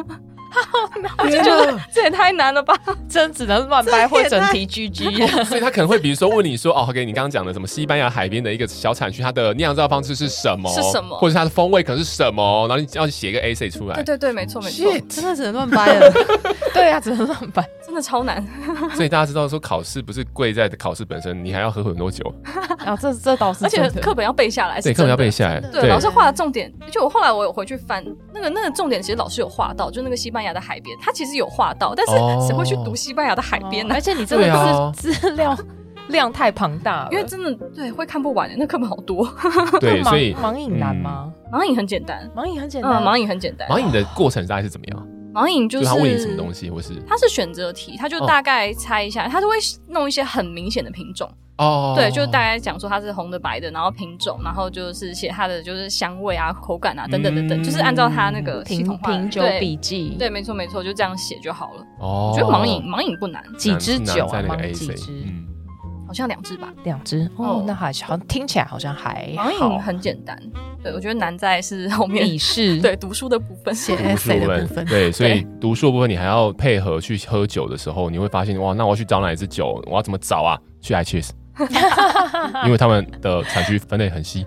B: 我就觉
C: 啊
B: 得这也太难了吧， 真只能乱掰或整题 GG。
C: 所以他可能会比如说问你说，哦，OK，你刚刚讲的什么西班牙海边的一个小产区，它的酿造方式是什么？
E: 是什么
C: 或者它的风味可能是什么？然后你要写一个 A C 出来
E: 对，对对，没错没错，
D: 真的只能乱掰了。
B: 对啊，只能乱掰。
E: 真的超难。
C: 所以大家知道说考试不是贵在考试本身，你还要喝很多酒，
B: 啊，这这倒是
E: 而且
B: 真的
E: 课本要背下来，是
C: 对，课本要
E: 真
C: 背
E: 的
C: 下来，
D: 真的
E: 对，
C: 对
E: 老师画的重点，就我后来我有回去翻那个那个重点，其实老师有画到，就那个西班牙的海边，他其实有画到，但是
C: 哦
E: 谁会去读西班牙的海边呢
B: 哦而？且你真的
C: 对啊
B: 是资料量太庞大了，
E: 因为真的对会看不完的，那课本好多。
C: 对，
B: 那
C: 所以
B: 盲盲饮难吗？
E: 盲饮很简单，
B: 盲饮很简
E: 嗯，
B: 单，
E: 盲饮很简单。
C: 盲饮的过程大概是怎么样？
E: 盲饮就
C: 就是
E: 是
C: 他问你什么东西，或是
E: 它是选择题，他就
C: 哦
E: 大概猜一下，他就会弄一些很明显的品种，
C: 哦，
E: 对，就是大概讲说它是红的、白的，然后品种，然后就是写它的就是香味啊、口感啊等等等等，
C: 嗯
E: 就是按照它那个系统
B: 品
E: 化来
B: 品酒
E: 对
B: 笔记，
E: 对，没错没错，就这样写就好了。
C: 哦
E: 我觉得盲饮盲饮不难，
B: 几支酒啊，
C: 在那个
B: 盲
C: A
B: 几
C: C，
B: 支，
C: 嗯，
E: 好像两支吧。
B: 两支哦
E: 哦，
B: 那还好像听起来好像还
E: 盲
B: 好
E: 饮很简单，对我觉得难在是后面
B: 笔试，
E: 对读书的部分。
D: 写
C: 读书
D: essay 的
C: 分
D: 部分，
C: 对，所以读书的部分你还要配合去喝酒的时候，你会发现哇，那我要去找哪一支酒，我要怎么找啊？去 I Cheers，因为他们的产区分类很细。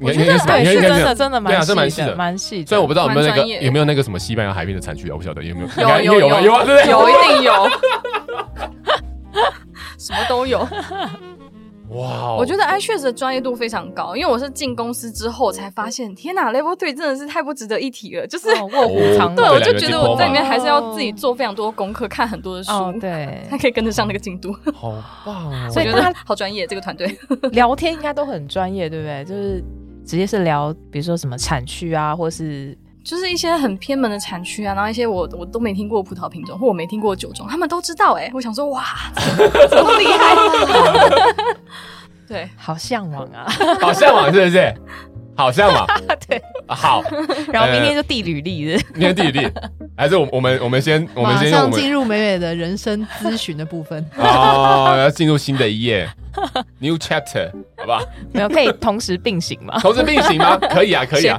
C: 应该应该是吧
B: 对，
C: 应该
B: 是
C: 应该
B: 真
C: 是
B: 的
C: 吧
B: 真的
C: 对啊
B: 蛮
C: 是蛮细
B: 细
C: 的
B: 蛮细的。
C: 虽然我不知道有没有那个
E: 蛮专业
C: 有没有那个什么西班牙海边的产区啊，我不晓得有没有，应
E: 有
C: 该应该
E: 有
C: 有啊有啊，对不对？
E: 有一定 有，什么都有。
C: 哇哦，
E: 我觉得 i 确实的专业度非常高，因为我是进公司之后才发现，天哪，Level Three 真的是太不值得一提了。就是、
B: 哦卧虎藏
E: 对，
C: 哦
B: 龙，
E: 我就觉得我在里面还是要自己
D: 哦
E: 做非常多功课，看很多的书，
B: 哦对
E: 才，可以跟得上那个进度。
C: 好棒哦！
B: 所以
E: 我觉
B: 大
E: 得
B: 家
E: 好专业，这个团队。
B: 聊天应该都很专业，对不对？就是直接是聊，比如说什么产区啊，或是
E: 就是一些很偏门的产区啊，然后一些我我都没听过葡萄品种，或我没听过酒种，他们都知道哎、我想说哇，怎么厉害？ 对，
B: 好向往啊，
C: 好向往是不是？好向往，
B: 对。
C: 啊好，
B: 然后明天就递履历了，
C: 你的弟弟，还是我我们我们先我们
D: 马
C: 先用我
D: 上
C: 们。
D: 进入美美的人生咨询的部分
C: 哦，要进入新的一页 ，new chapter，好吧？
B: 没有可以同时并行吗？
C: 同时并行吗？可以啊，可以啊
E: 斜，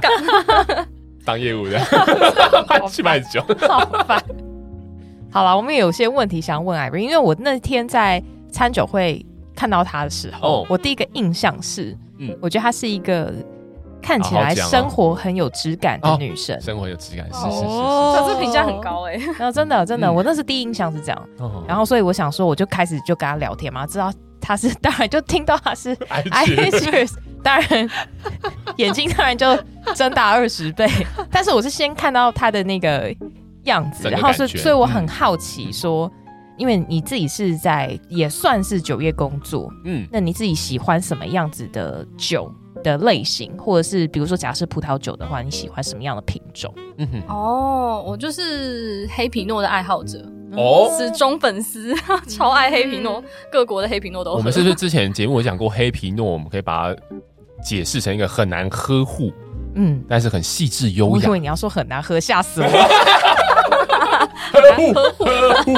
E: 杠
C: 当业务的去卖酒。
B: 好烦。好了，我们也有些问题想问 Irene，因为我那天在餐酒会看到她的时候，
C: 哦
B: 我第一个印象是，
C: 嗯
B: 嗯，我觉得她是一个看起
C: 好好
B: 来
C: 讲哦
B: 生活很有质感的
C: 哦
B: 女生。
C: 生活有质感，是是是是。
D: 哦
E: 小资评价很高哎、
B: 然后真的真的，
C: 嗯
B: 我那是第一印象是这样。
C: 哦
B: 然后所以我想说，我就开始就跟她聊天嘛，知道她是， 当然就听到她是
C: I
B: I
C: G
B: cheers，当然眼睛当然就睁大二 十倍，但是我是先看到他的那个样子，
C: 整个
B: 然后所以
C: 感觉嗯
B: 所以我很好奇说，因为你自己是在也算是酒业工作，
C: 嗯，
B: 那你自己喜欢什么样子的酒的类型，或者是比如说假设葡萄酒的话，你喜欢什么样的品种？
C: 嗯哼，
E: 哦，我就是黑皮诺的爱好者，
C: 哦，
E: 死忠粉丝， 超爱黑皮
B: 嗯
E: 诺，各国的黑皮诺都喝。
C: 我们是不是之前节目有讲过黑皮诺？我们可以把它解释成一个很难呵护，
B: 嗯，
C: 但是很细致优
B: 我以
C: 雅
B: 为。你要说很难喝，吓 死我！
C: 呵护，呵护，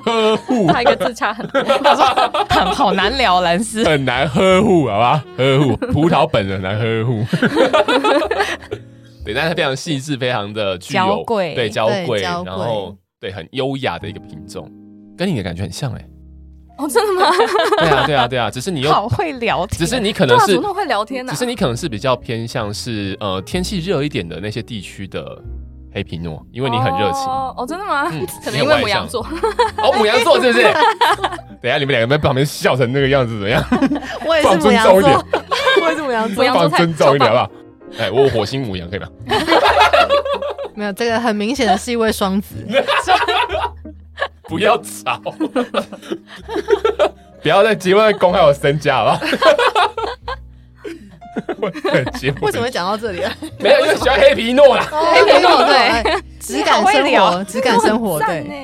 C: 呵护，
E: 他一个字差 很多，
B: 他说很好难聊，蓝斯。
C: 很难呵护，好吧？呵 护葡萄本人很难呵护。 对，但是非常细致，非常的具有
B: 娇贵
C: 对娇
D: 对
C: 贵，
D: 娇贵
C: 然后对很优雅的一个品种，跟你的感觉很像哎、
E: 哦，真的吗？
C: 对啊，对啊，对啊，只是你又，
B: 好会聊天，
C: 只是你可
E: 对
C: 能
E: 啊，怎
C: 是
E: 么那，么会聊天呢、
C: 只是你可能是比较偏向是呃天气热一点的那些地区的黑皮诺，因
E: 因
C: 为你很热情。
E: 哦，哦，真的吗？
C: 嗯
E: 可能因为母羊 座，
C: 哦，母羊座是不 是？等一下你们两个在旁边笑成那个样子怎么样？
D: 我也是
C: 放
D: 母
C: 尊
D: 羊
C: 重一点
D: 座，， 我也是母羊
E: 母
D: 座
E: 羊。
C: 放
E: 座太
C: 尊重一点
E: 超棒
C: 吧。哎，我有火星母羊可以吗？
D: 没有这个很明显的是一位双子，
C: 不要吵， 不要在节目上公开我身家好不 好？我节目
D: 为什么会讲到 这里啊？哎
C: 没有？因为喜欢黑皮诺啦。
D: 黑
E: 皮诺对
D: 对，质感
B: 你好会
D: 生活，
B: 聊
D: 质感生活，
E: 赞
D: 对，
E: 呢。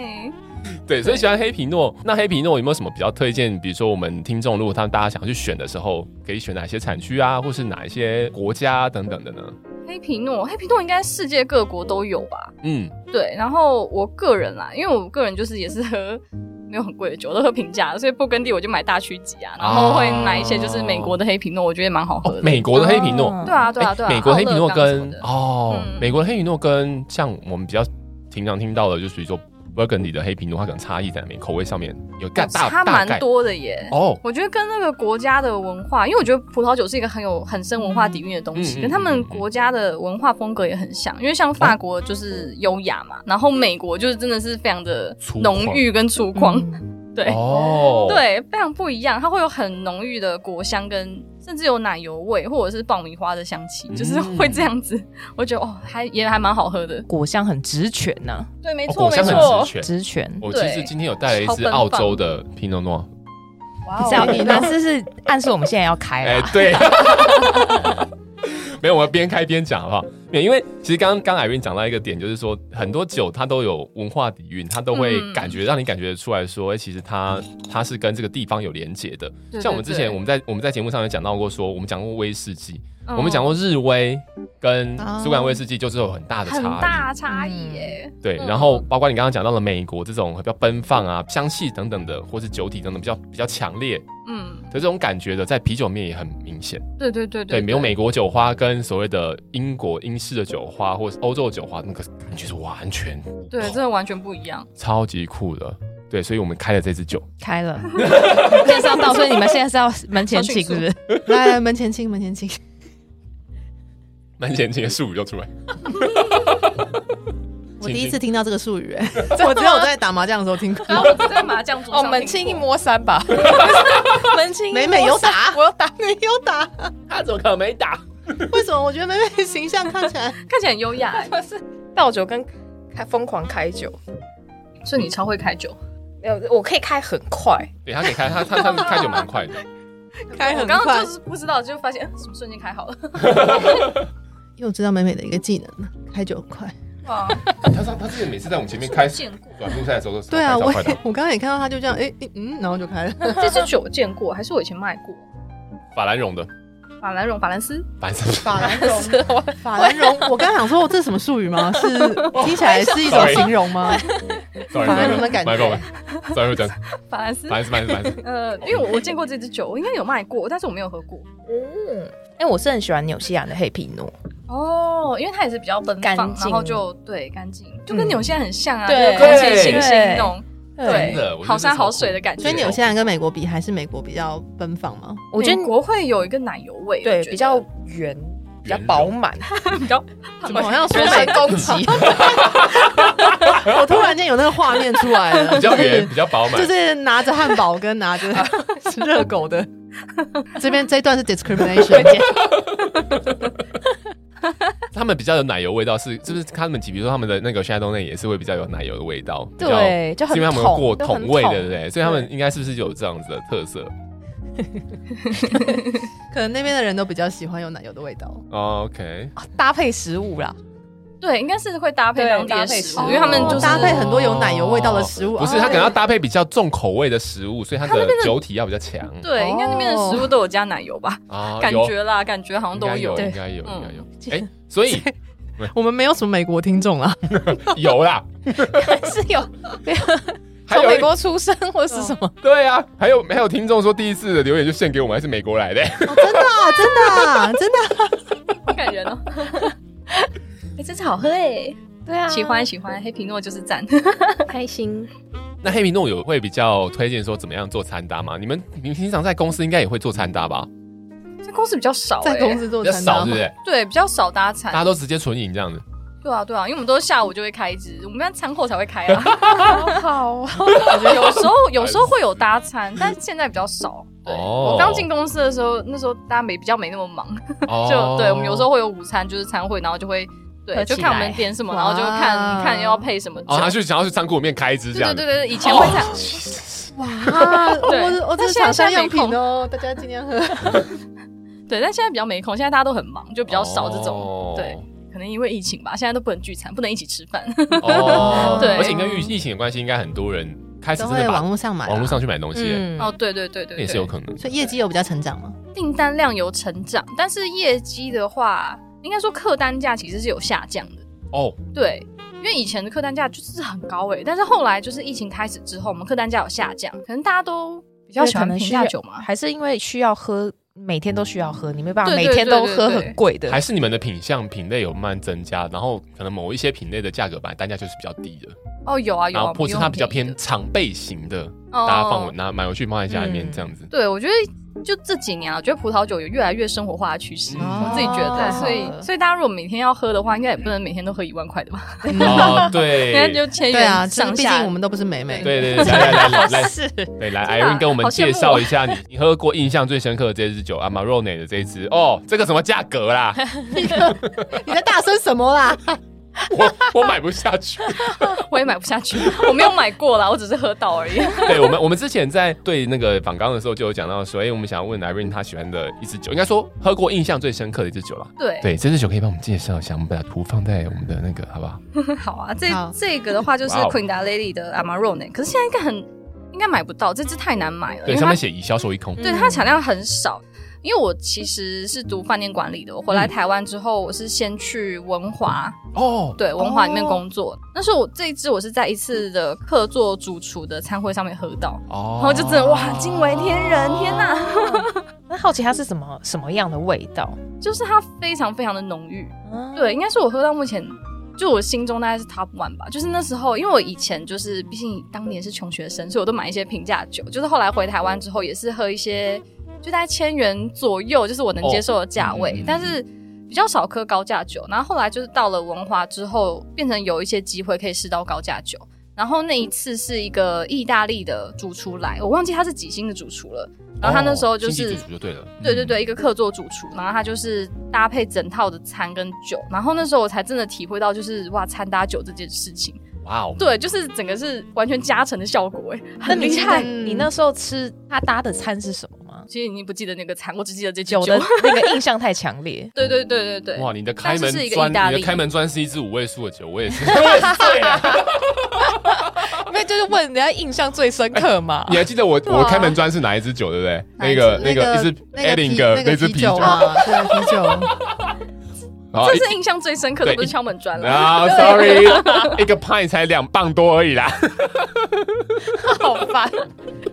C: 对，所以喜欢黑皮诺。那黑皮诺有没有什么比较推荐？比如说我们听众，如果他们大家想去选的时候，可以选哪些产区啊，或是哪一些国家啊等等的呢？
E: 黑皮诺，黑皮诺应该世界各国都有吧？
C: 嗯，
E: 对，然后我个人啦，因为我个人就是也是喝没没有很贵的酒，我都喝平价的，所以勃艮第我就买大曲级啊，然后会买一些就是美国的黑皮诺，我觉得蛮好喝的。
D: 呃
C: 哦，美国的黑皮诺，
E: 对啊，对啊，
C: 哎
E: 对啊。
C: 美国黑皮诺
E: 奥勒冈什么
C: 跟
E: 的
C: 哦，
E: 嗯
C: 美国的黑皮诺跟像我们比较平常听到的，就属于说 Burgundy 的黑皮诺，它可能差异在哪边，口味上面有大哦大
E: 差
C: 大
E: 蛮
C: 概
E: 多的耶。
C: 哦，
E: 我觉得跟那个国家的文化，因为我觉得葡萄酒是一个很有很深文化底蕴的东西，
C: 嗯嗯
E: 跟他们国家的文化风格也很像。因为像法国就是优雅嘛，然后美国就是真的是非常的
C: 粗犷
E: 浓郁跟粗犷，
B: 嗯
E: 对、
C: 嗯哦，，
E: 对，非常不一样。它会有很浓郁的果香跟。甚至有奶油味，或者是爆米花的香气，就是
C: 嗯
E: 会这样子。我觉得哦，还也还蛮好喝的。
B: 果香很直拳呐、
E: 对，没
C: 哦
E: 错，
C: 果
E: 没
C: 香
E: 错
C: 很直。全。
B: 直拳。
C: 我其实
E: 对
C: 今天有带来一
E: 超
C: 支
E: 奔放
C: 澳洲的 Pinot Noir，
E: 哇
B: 不
E: 哦
B: 是啊，你那是是暗示我们现在要开啊
C: 哎、
B: 啦。
C: 对， 没有，我要边开边讲好不好？没有，因为其实刚刚 Irene 讲到一个点，就是说很多酒它都有文化底蕴，它都会
E: 嗯
C: 感觉、让你感觉出来说，哎、其实它它是跟这个地方有连结的。
E: 对
C: 像我们之前
E: 对
C: 我们在我们在节目上有讲到过说我们讲过威士忌，
E: 嗯
C: 我们讲过日威跟
D: 哦
C: 苏格兰威士忌就是有很大的差
E: 很
C: 异。
E: 大差异耶。
C: 对，
E: 嗯
C: 然后包括你刚刚讲到了美国这种比较奔放啊、香气等等的，或是酒体等等比较比较强烈的
E: 嗯，
C: 这种感觉的，在啤酒面也很明显。
E: 对对对
C: 对，没有美国酒花跟所谓的英国英式的酒花或是欧洲的酒花，那个感觉是完全
E: 对，真的完全不一样。
C: 超级酷的。对，所以我们开了这支酒，
B: 开了，现在是要倒，所以你们现在是要门前请，是不是？
D: 来来，门前清，门前清。
C: 蛮前进的术语就出来。
D: 我第一次听到这个术语， 哎我只有在打麻将的时候听 过。
E: 然后我在麻将桌
F: 哦，门清一摸三吧，门清一摸
D: 美
F: 三
D: 美有打，
F: 我有 打，
D: 没有打，
C: 他怎么可能没打？
D: 为什么？我觉得美美形象看起来
E: 看起来很优雅欸，
F: 就是倒酒跟开疯狂开酒，
E: 所以你超会开酒。
B: 哎
F: 没有，我可以开很快，
C: 对，他可以开，他他他开酒蛮快的。
D: 开
E: 我
D: 很
E: 刚
D: 快
E: 刚就，是不知道，就发现嗯什么瞬间开好了。
D: 因为我知道美美的一个技能，开酒很快。
E: 哇，
C: 他上他之前每次在我们前面 开
E: 见过
C: 短路赛的时候都是
D: 对啊，
C: 开超
D: 我
C: 快的
D: 也 我刚刚也看到他就这样，哎、诶嗯，然后就开了。
E: 这支酒我见过，还是我以前卖过
C: 法兰绒的，
E: 法兰绒、法兰斯。
C: 反正
D: 法兰绒，法兰绒，啊我刚想说，我这是什么术语 吗？是听起来是一种
C: Sorry
D: 形容吗？
C: 法
D: 兰绒的感觉
C: 法兰绒的，
E: 法兰斯
C: 法，兰斯，法兰斯，法兰斯。
E: 呃，因为我我见过这支酒，我应该有卖过，但是我没有喝过。
F: 嗯，
B: 哎、我是很喜欢纽西兰的黑皮诺，
E: 哦，因为它也是比较奔放，
B: 干净
E: 然后就对干净，就跟纽西兰很像啊，
F: 对
E: 就是空气清新那种，
C: 对
E: 对
C: 真的我觉得，
E: 好山好水的感觉。
D: 所以纽西兰跟美国比，还是美国比较奔放吗？
B: 我觉得
E: 美国会有一个奶油味，我
F: 对，
E: 觉
F: 比
E: 得
F: 较圆，比较饱满，
E: 比较
D: 怎么好像 说
F: 人身
D: 美？
F: 攻击，
D: 我突然间有那个画面出来了，
C: 比较圆，
D: 就是
C: 比较饱满
D: 就。是拿着汉堡跟拿着 热狗的。这边这一段是 discrimination，
C: 他们比较有奶油味道，是是不是？他们比如说他们的那个 Shadow 内也是会比较有奶油的味道，比较
B: 对就很
C: 是因为他们
B: 桶
C: 过
B: 就很
C: 桶味，
B: 桶
C: 对不对？所以他们应该是不是有这样子的特色
D: 可能那边的人都比较喜欢有奶油的味道，
C: ？OK，
D: 搭配食物啦，
E: 对，应该是会搭配
F: 对
E: 当地的
F: 搭配
E: 食
F: 食
E: 物，哦
F: 物
E: 因为他们就是
D: 搭配很多有奶油味道的食物，
C: 不是，
D: 啊
C: 它可能要搭配比较重口味的食物，所以它的酒体要比较强
E: 对，应该那边的食物都有加奶油吧？
C: 啊
E: 感
C: 有
E: 觉啦，感觉好像
C: 应
E: 都
C: 该有，
E: 对
C: 应该有，
E: 嗯
C: 应该有。哎，所 以
D: 我们没有什么美国听众啊，
C: 有啦，
F: 还是有
C: 还
F: 从
C: 有
F: 美国出生或是什么，
C: 对啊，还有还有听众说第一次的留言就献给我们，还是美国来的。
D: 真的啊真的啊真的啊，
E: 好感人哦。 哎，真是好喝哎，
F: 对啊，
E: 喜欢喜欢，黑皮诺就是赞。
F: 开心，
C: 那黑皮诺有会比较推荐说怎么样做餐搭吗？你们你们平常在公司应该也会做餐搭吧？
E: 这公司比较少哎，
D: 在公司
C: 比
D: 做
C: 较
D: 餐
C: 少，
D: 搭
C: 对不对？
E: 对比较少搭
C: 大家
E: 餐，
C: 都直接纯饮这样子。
E: 对啊对啊，因为我们都是下午就会开一支，我们一般餐后才会开啊。
F: 好
C: 欸
F: 好哦，
E: 有时候有时候会有搭餐，但是现在比较少。对，
C: 哦
E: 我刚进公司的时候，那时候大家没比较没那么忙，
C: 哦
E: 就对我们有时候会有午餐，就是餐会，然后就会对
B: 合
E: 就
B: 起
E: 看我
B: 来
E: 们点什么，然后就看
D: 哇
E: 看要配什么酒
C: 哦，。他去想要去仓库里面开一支这
E: 对对
C: 样。
E: 对对，以前会
C: 哦
E: 在
D: 啊，
E: 对
D: 我我这
E: 但
D: 是
E: 现在
D: 厂商
E: 现在
D: 样
E: 没
D: 品
E: 空
D: 哦，大家尽量喝。
E: 对，但现在比较没空，现在大家都很忙，就比
C: 比
E: 较少这
C: 哦
E: 种。对，可能因为疫情吧，现在都不能聚餐，不能一起吃饭。
C: 哦
E: 对
C: 而且跟疫疫情有关系，应该很多人开始
D: 都
C: 真
D: 会
C: 的把
D: 网络上买啊，
C: 网络上去买东西，欸
B: 嗯
E: 哦，对对对对
C: 那
E: 对，
C: 也是有可能。
D: 所以业绩有比较成长吗？
E: 订单量有成长，但是业绩的话，应该说客单价其实是有下降的。
C: 哦，
E: 对，因为以前的客单价就是很高欸诶、但是后来就是疫情开始之后，我们客单价有下降，可能大家都比较喜欢平价酒嘛。
B: 还是因为需要喝，每天都需要喝，你没办法
E: 对
B: 每
E: 对
B: 天
E: 对
B: 都
E: 对
B: 喝
E: 对
B: 很贵的。
C: 还是你们的品相品类有慢慢增加，然后可能某一些品类的价格本来单价就是比较低的，
E: 哦，有啊有
C: 然
E: 啊，
C: 后或是它比较
E: 不
C: 偏
E: 用
C: 常备型的，
E: 便宜的，
C: 大家放
E: 哦
C: 回拿买回去放在家里面
B: 嗯
C: 这样子。
E: 对，我觉得就这几年啊，我觉得葡萄酒有越来越生活化的趋势，
C: 嗯
E: 我自己觉
D: 哦太
E: 得，
D: 好
E: 所以
D: 了
E: 所以大家如果每天要喝的话，应该也不能每天都喝一万块的吧？
C: 哦，
E: 应该
C: 对，
E: 就千
D: 对啊，
E: 元
D: 就是
E: 上
D: 毕
E: 下
D: 竟我。们都不是美美，
C: 对对对，来来来来，
D: 是
C: 对，来
E: 天哪
C: Irene 跟我们
E: 好羡慕
C: 介
E: 哦
C: 绍一下你你喝过印象最深刻的这支酒阿玛若内的这一支哦，这个什么价格啦？
D: 你在大声什么啦？
C: 我我买不下去。
E: 我也买不下去，我没有买过啦，我只是喝到 而已。
C: 对我们我们之前在对那个访刚的时候就有讲到说，哎、我们想要问 Irene 她喜欢的一支酒，应该说喝过印象最深刻的一支酒啦。
E: 对，
C: 对，这支酒可以帮我们介绍一下，我们把图放在我们的那个好不好？
E: 好啊，这
D: 好
E: 这个的话就是
C: 哇哦
E: Queen d a l a d y 的 Amarone，可是现在应该很应该买不到，这支太难买了，因
C: 对，
E: 为
C: 上
E: 它嗯
C: 面写已销售一空。
E: 对它产量很少。因为我其实是读饭店管理的，我回
C: 嗯
E: 来台湾之后，我是先去文华
C: 哦，
E: 对文化里面工作。但是我这一支我是在一次的客座主厨的餐会上面喝到，
C: 哦
E: 然后就真的哇惊为天人，天哪！
B: 那好奇它是什么什么样的味道？
E: 就是它非常非常的浓郁，
C: 哦
B: 嗯
E: 对，应该是我喝到目前。就我心中大概是 top one 吧，就是那时候，因为我以前就是毕竟当年是穷学生，所以我都买一些平价酒。就是后来回台湾之后，也是喝一些就大概千元左右，就是我能接受的价位，
C: 哦嗯嗯嗯
E: 但是比较少喝高价酒。然后后来就是到了文化之后，变成有一些机会可以试到高价酒。然后那
C: 嗯
E: 一次是一个意大利的主厨来，我忘记他是几星的主厨了。然后他那时候就
C: 哦星
E: 是、
C: 级主厨就对了，
E: 对对对，
C: 嗯，
E: 一个客座主厨，然后他就是搭配整套的餐跟酒，然后那时候我才真的体会到，就是哇，餐搭酒这件事情，
C: 哇哦，
E: 对，就是整个是完全加成的效果，哎，
B: 那
E: 很
B: 你
E: 厉
B: 记得
E: 害。
B: 你那时候吃它搭的餐是什么吗？
E: 其实你不记得那个餐，我只记得这支
B: 酒
E: 酒
B: 的那个印象太强烈。
E: 对对对对对，
C: 哇，你的开门
E: 但是是一个
C: 砖，
E: 意大
C: 你
E: 利
C: 的开门砖是一支五位数的酒，我 也是，我也是醉了。
B: 因为就是问人家印象最深刻嘛。
C: 你还记得我
E: 啊
C: 我开门砖是哪一支酒，对不对？那个
D: 那
C: 个一支
D: 那个啤
C: Edinger
D: 那个
C: 支
D: 啤
C: 啤酒
D: 酒，啊，对啤酒，
C: 然 后
E: 这
C: 一
E: 是印象最深刻的，
C: 对
E: 不是敲门砖了。
C: 啊，sorry，一 个 pint 才两磅多而已啦。
B: 好烦。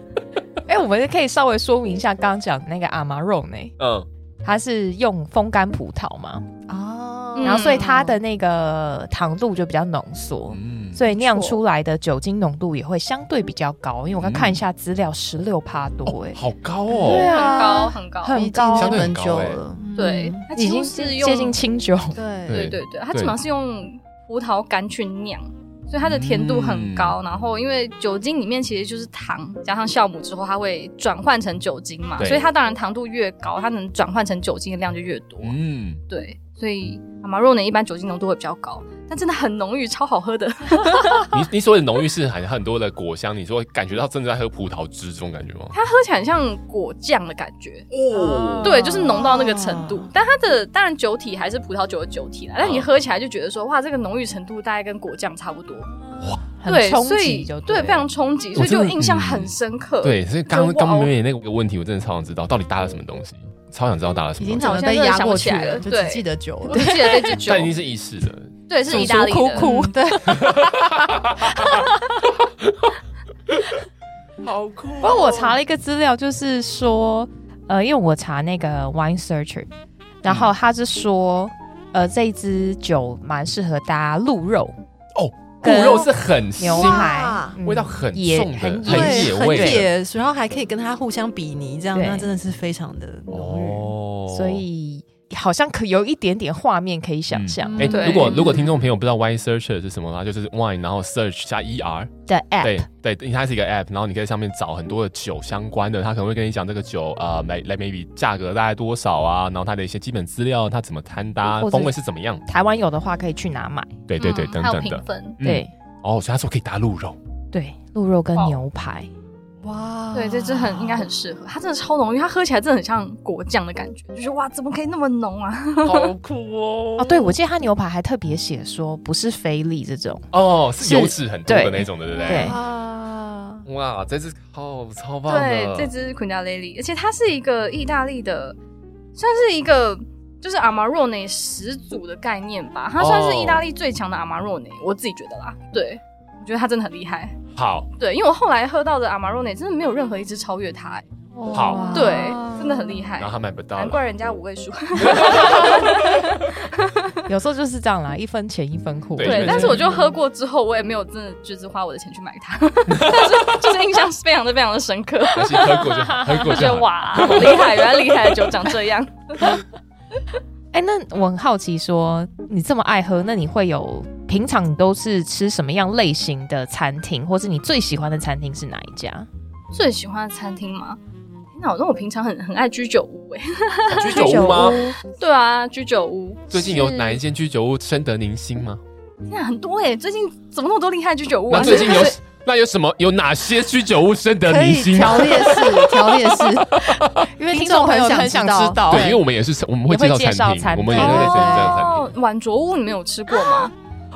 B: 哎、我们可以稍微说明一下刚刚讲那个阿玛肉呢，
C: 嗯，
B: 它是用风干葡萄嘛，
D: 哦
E: 嗯
B: 然后所以它的那个糖度就比较浓缩，
C: 嗯
E: 嗯
B: 所以酿出来的酒精浓度也会相对比较高。因为我刚看一下资料，十六帕多、哎、
C: 好高
D: 对
C: 哦，
E: 很
D: 啊
E: 高很高，
B: 很
D: 已
B: 高
D: 经
C: 相
D: 是
C: 对很
D: 很
C: 高
D: 久
C: 欸
D: 了，嗯
E: 对，，它
B: 已
E: 几
B: 经
E: 乎
B: 接
E: 是
B: 接近
E: 用，
B: 清酒。
D: 对
C: 对
E: 对对对，它基本上是用葡萄干去酿，所以它的甜度很高。然后因为酒精里面其实就是糖加上酵母之后，它会转换成酒精嘛，
C: 对
E: 所以它当然糖度越高，它能转换成酒精的量就越多。
C: 嗯，
E: 对，所以阿玛肉呢一般酒精浓度会比较高，但真的很浓郁，超好喝的。
C: 你你所谓的浓郁是很很多的果香，你说感觉到真的在喝葡萄汁这种感觉吗？
E: 它喝起来很像果酱的感觉，
D: 哦
E: 对，就是浓到那个程度。但它的当然酒体还是葡萄酒的酒体啦，但你喝起来就觉得说，哇，这个浓郁程度大概跟果酱差不多。
B: 很
E: 对，
B: 冲
E: 所
B: 击
E: 以
B: 就
E: 对
B: 了
E: 非常冲击，所以
C: 真
E: 就
C: 的嗯
E: 印象很深刻。
C: 对，所以刚
E: 就哇
C: 刚
E: 哦
C: 妹妹那个问题，我真的超想知道到底搭了什么东西，超想知道搭了什
D: 已
C: 么
D: 经
C: 东西。
D: 早就被压过去
E: 我现在
D: 了，
E: 想不
D: 就
E: 起来了
D: 只记得酒
E: 我
D: 了
E: 只。记得这支酒
C: 但，一定是意式的，
E: 对，是意大利的。
B: 苦苦
D: 嗯 对，哦
B: 不过我查了一个资料，就是说，呃，因为我查那个 Wine Searcher，然
E: 嗯
B: 后他是说，呃，这一支酒蛮适合搭鹿肉、
C: 鹿
B: 跟
C: 肉是很腥
B: 牛排
D: 哇，
B: 嗯
C: 味道很
B: 野
C: 重的
B: 很
C: 很
B: 野
C: 野
D: 对，
C: 味
D: 很野，然后还可以跟它互相比拟，这样
B: 对
D: 那真的是非常的浓
C: 哦
B: 所以好像可有一点点画面可以想象。
C: 哎，
E: 嗯对
C: 如果如果听众朋友不知道 wine searcher 是什么的话，就是 wine 然后 search 加 er，
B: 的 app，
C: 对对，因为它是一个 app，然后你可以上面找很多的酒相关的，它可能会跟你讲这个酒呃，来来 maybe 价格大概多少啊，然后它的一些基本资料，它怎么摊搭，
B: 或者是
C: 风味是怎么样，
B: 台湾有的话可以去哪买？
C: 对对对，
E: 嗯
C: 等
E: 还有
C: 等
E: 评
C: 的。
E: 分。
C: 嗯
B: 对、
C: 哦，所以他说可以搭鹿肉，
B: 对，鹿肉跟
E: 哦
B: 牛排，
D: 郁，哇
E: 对，这支很应该很适合，它真的超浓郁，它喝起来真的很像果酱的感觉，就是哇，怎么可以那么浓啊？
C: 好酷哦
B: 哦，对，我记得他牛排还特别写说不是菲力这种，
C: 哦，是
B: 是
C: 油脂很多的
B: 对
C: 那种的，对不
B: 对
C: 对？
D: 啊，
C: 哇，这只超超 棒
E: 对，
C: 的，
E: 这支 q u i n a l e l i 而且它是一个意大利的，算是一个就是阿玛若内始祖的概念吧，它算
C: 哦
E: 是意大利最强的阿玛若内，我自己觉得啦。对，我觉得它真的很厉害。
C: 好，
E: 对，因为我后来喝到的阿玛若内真的没有任何一支超越它、欸
C: 好
E: 对，真的很厉害
C: 然后。他买不到
E: 难
C: 了，
E: 怪人家五位数，
B: 有时候就是这样啦，一分钱一分货。
C: 对
E: 对，但是我就喝过之后，我也没有真的就是花我的钱去买它， 但是就是印象是非常的非常的深 刻，
C: 而且喝过就好，喝
E: 就
C: 过
E: 觉得
C: 就好。
E: 哇，好厉害，原来厉害的酒长这样。
B: 哎、那我很好奇说你这么爱喝，那你会有平常你都是吃什么样类型的餐厅，或是你最喜欢的餐厅是哪一家？
E: 最喜欢的餐厅吗？那我那我平常很很爱居酒屋哎、
C: 居酒屋吗？
E: 对啊，居酒屋，
C: 最近有哪一间居酒屋深得您心吗？
E: 现在很多哎、最近怎么那么多厉害居酒屋啊？
C: 那最近有
E: 是
C: 那有什么有哪些居酒屋深得
D: 可
C: 您
D: 以
C: 心？
D: 条列式，条列式，因为
B: 听
D: 听
B: 众
D: 众
B: 朋
D: 朋
B: 友
D: 友
B: 很想
D: 想
B: 知道
C: 对，因为我们也是我们会介绍
B: 也会介绍
C: 餐
B: 餐
C: 厅，
B: 厅
C: 我们也会介绍餐厅，
E: 哦，晚酌屋你们有吃过吗？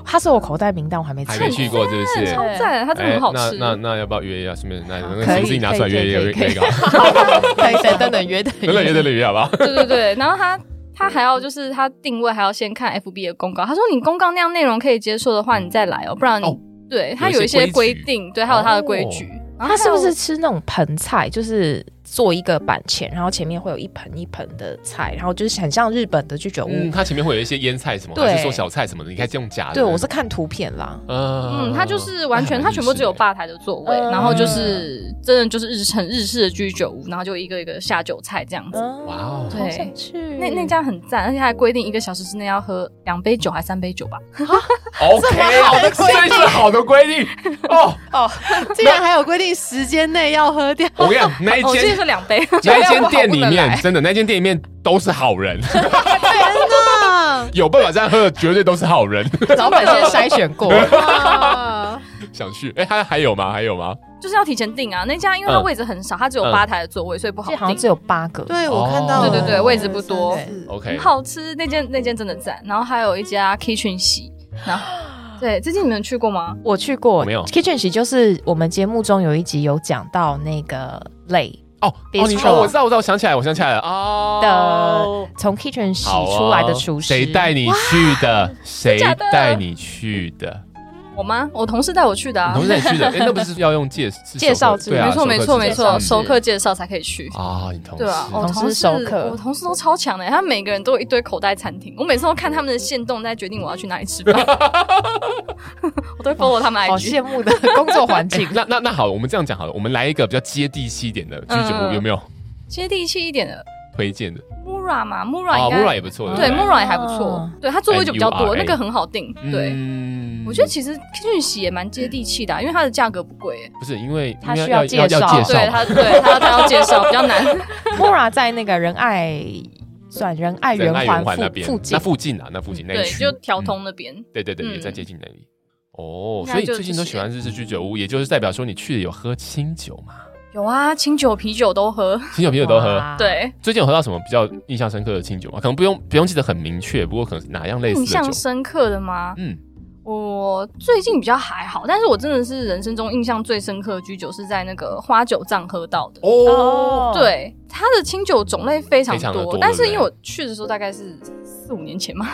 B: 它是我口袋名单，我还没吃
C: 还
B: 过
C: 没去过，是不是？
E: 超赞，它真的很好吃。
C: 哎那那那要不要约一下？顺便那那
B: 可以
C: 个自己拿出来
B: 可以
C: 约一约
B: 可
C: 约
B: 以
C: 一个好了，
B: 等等等等约的
C: 等等约等等约好不好？
E: 对对对，然后它它还要就是它定位还要先看 FB 的公告，他说你公告那样内容可以接受的话，你再来哦，不然你、
C: 哦
E: 对它
C: 有
E: 有
C: 一
E: 一
C: 些
E: 些
C: 规
E: 规
C: 矩
E: 定，对，还有它的规
C: 哦
E: 矩。然
B: 它
E: 后它
B: 是不
E: 还有
B: 是吃那种盆菜，就是做一个板前，然后前面会有一盆一盆的菜，然后就是很像日本的居酒屋。
C: 嗯，它前面会有一些腌菜什么，
B: 对
C: 还是说小菜什么的，你可以这样夹的。
B: 对我是看图片啦，
C: 嗯
E: 嗯，它就是完全，它全部只有。吧台的座位，
B: 嗯
E: 然后就是真的就是日很日式的居酒屋，然后就一个一个下酒菜这样子。
B: 嗯，
C: 哇哦
B: 好想去
E: 那那家很赞，而且还规定一个小时之内要喝两杯酒还三杯酒吧。
C: OK，好的规定，这是好的规定哦。
D: 竟然还有规定时间内要喝掉，
C: 我跟你讲，那一
E: 哦我记得
C: 间
E: 是两杯，
C: 那一间店里 面，真的那间店里面都是好人，
D: 天哪！
C: 有办法这样喝的绝对都是好人。
B: 老板先筛选过，
D: 哇
C: 想去？哎，还还有吗？还有吗？
E: 就是要提前订啊。那家因为
C: 嗯
E: 它位置很少，它只有吧台的座位，所以不好
B: 这好像
E: 订。
B: 只有八个。
D: 对，我看到
C: 哦
D: 了，
C: 对对对
E: 位置不多
D: 三四
C: OK，
E: 很好吃，那间那间真的赞。然后还有一家 Kitchen 席， 然后对，最近你们有去过吗？
B: 我去过，
C: 我没有
B: Kitchen 席就是我们节目中有一集有讲到那个类
C: 哦哦，你
B: Bistro
C: 说我知道，我知道，我想起来，我想起来了哦
B: 的从 Kitchen 席
C: 好哦
B: 出来的厨师，
C: 谁带你去的？谁
E: 假的
C: 带你去的？
E: 我吗？我同事带我去的
C: 你
E: 啊
C: 同。事带你 去的？哎，那不是要用介是
B: 介绍
C: 熟
B: 制
C: 客对啊
E: 没错没错没错，
C: 熟
E: 熟
C: 客
E: 客介绍才可以去
C: 制。啊，你同事
E: 对啊，
B: 嗯
E: 我
B: 同事
E: 同事
B: 熟客
E: 我同事都超强的，他们每个人都有一堆口袋餐厅。我每次都看他们的线动，在决定我要去哪里吃 饭。 我都会 follow 他们
B: 好
E: IG。
B: 羡慕的工作环
C: 哎
B: 境。
C: 那那那好，我们这样讲好了，我们来一个比较接地气一点的居酒
E: 嗯
C: 屋，
E: 嗯
C: 有没有
E: 接地气一点的
C: 推荐的？
E: Mura 嘛，Mura
C: 啊
E: 应
C: 木
E: 该
C: 也不错，
E: 对
C: 不
E: Mura 也还不错，对它座位就比较
C: M 哦 U R
E: 多，
C: A
E: 那个很好定。对，
C: 嗯
E: 我觉得其实讯息也蛮接地气的啊，因为它的价格不贵耶。
C: 不是因为
B: 他
C: 因为
B: 需要介绍
C: 要介
E: 对
C: 绍嘛，
E: 它，对它它要介绍比较 难。
B: Mora 在那个仁爱算仁爱
C: 仁
B: 圆
C: 爱
B: 环
C: 环那
B: 附
C: 边
B: 附近
C: 那，附近啊，那附近那一
E: 对，
C: 区
E: 就调，
C: 嗯
E: 通那边。
C: 对对对，
E: 嗯
C: 也在接近那里。哦，
E: 那
C: 所以
E: 就
C: 最近都喜欢日式居酒屋，也就是代表说你去的有喝清酒嘛，
E: 有啊，清酒、啤酒都喝。
C: 清酒啤酒都喝。
B: 哇，
E: 对，
C: 最近有喝到什么比较印象深刻的清酒吗？可能不用不用记得很明确，不过可能是哪样类似
E: 印
C: 的
E: 象
C: 酒？
E: 深刻的吗？
C: 嗯，
E: 我最近比较还好，但是我真的是人生中印象最深刻的居酒是在那个花酒站喝到的。
B: 哦，
E: 对，它的清酒种类非常
C: 非常
E: 多，
C: 的多
E: 但是
C: 对不对
E: 因为我去的时候大概是四五年前嘛，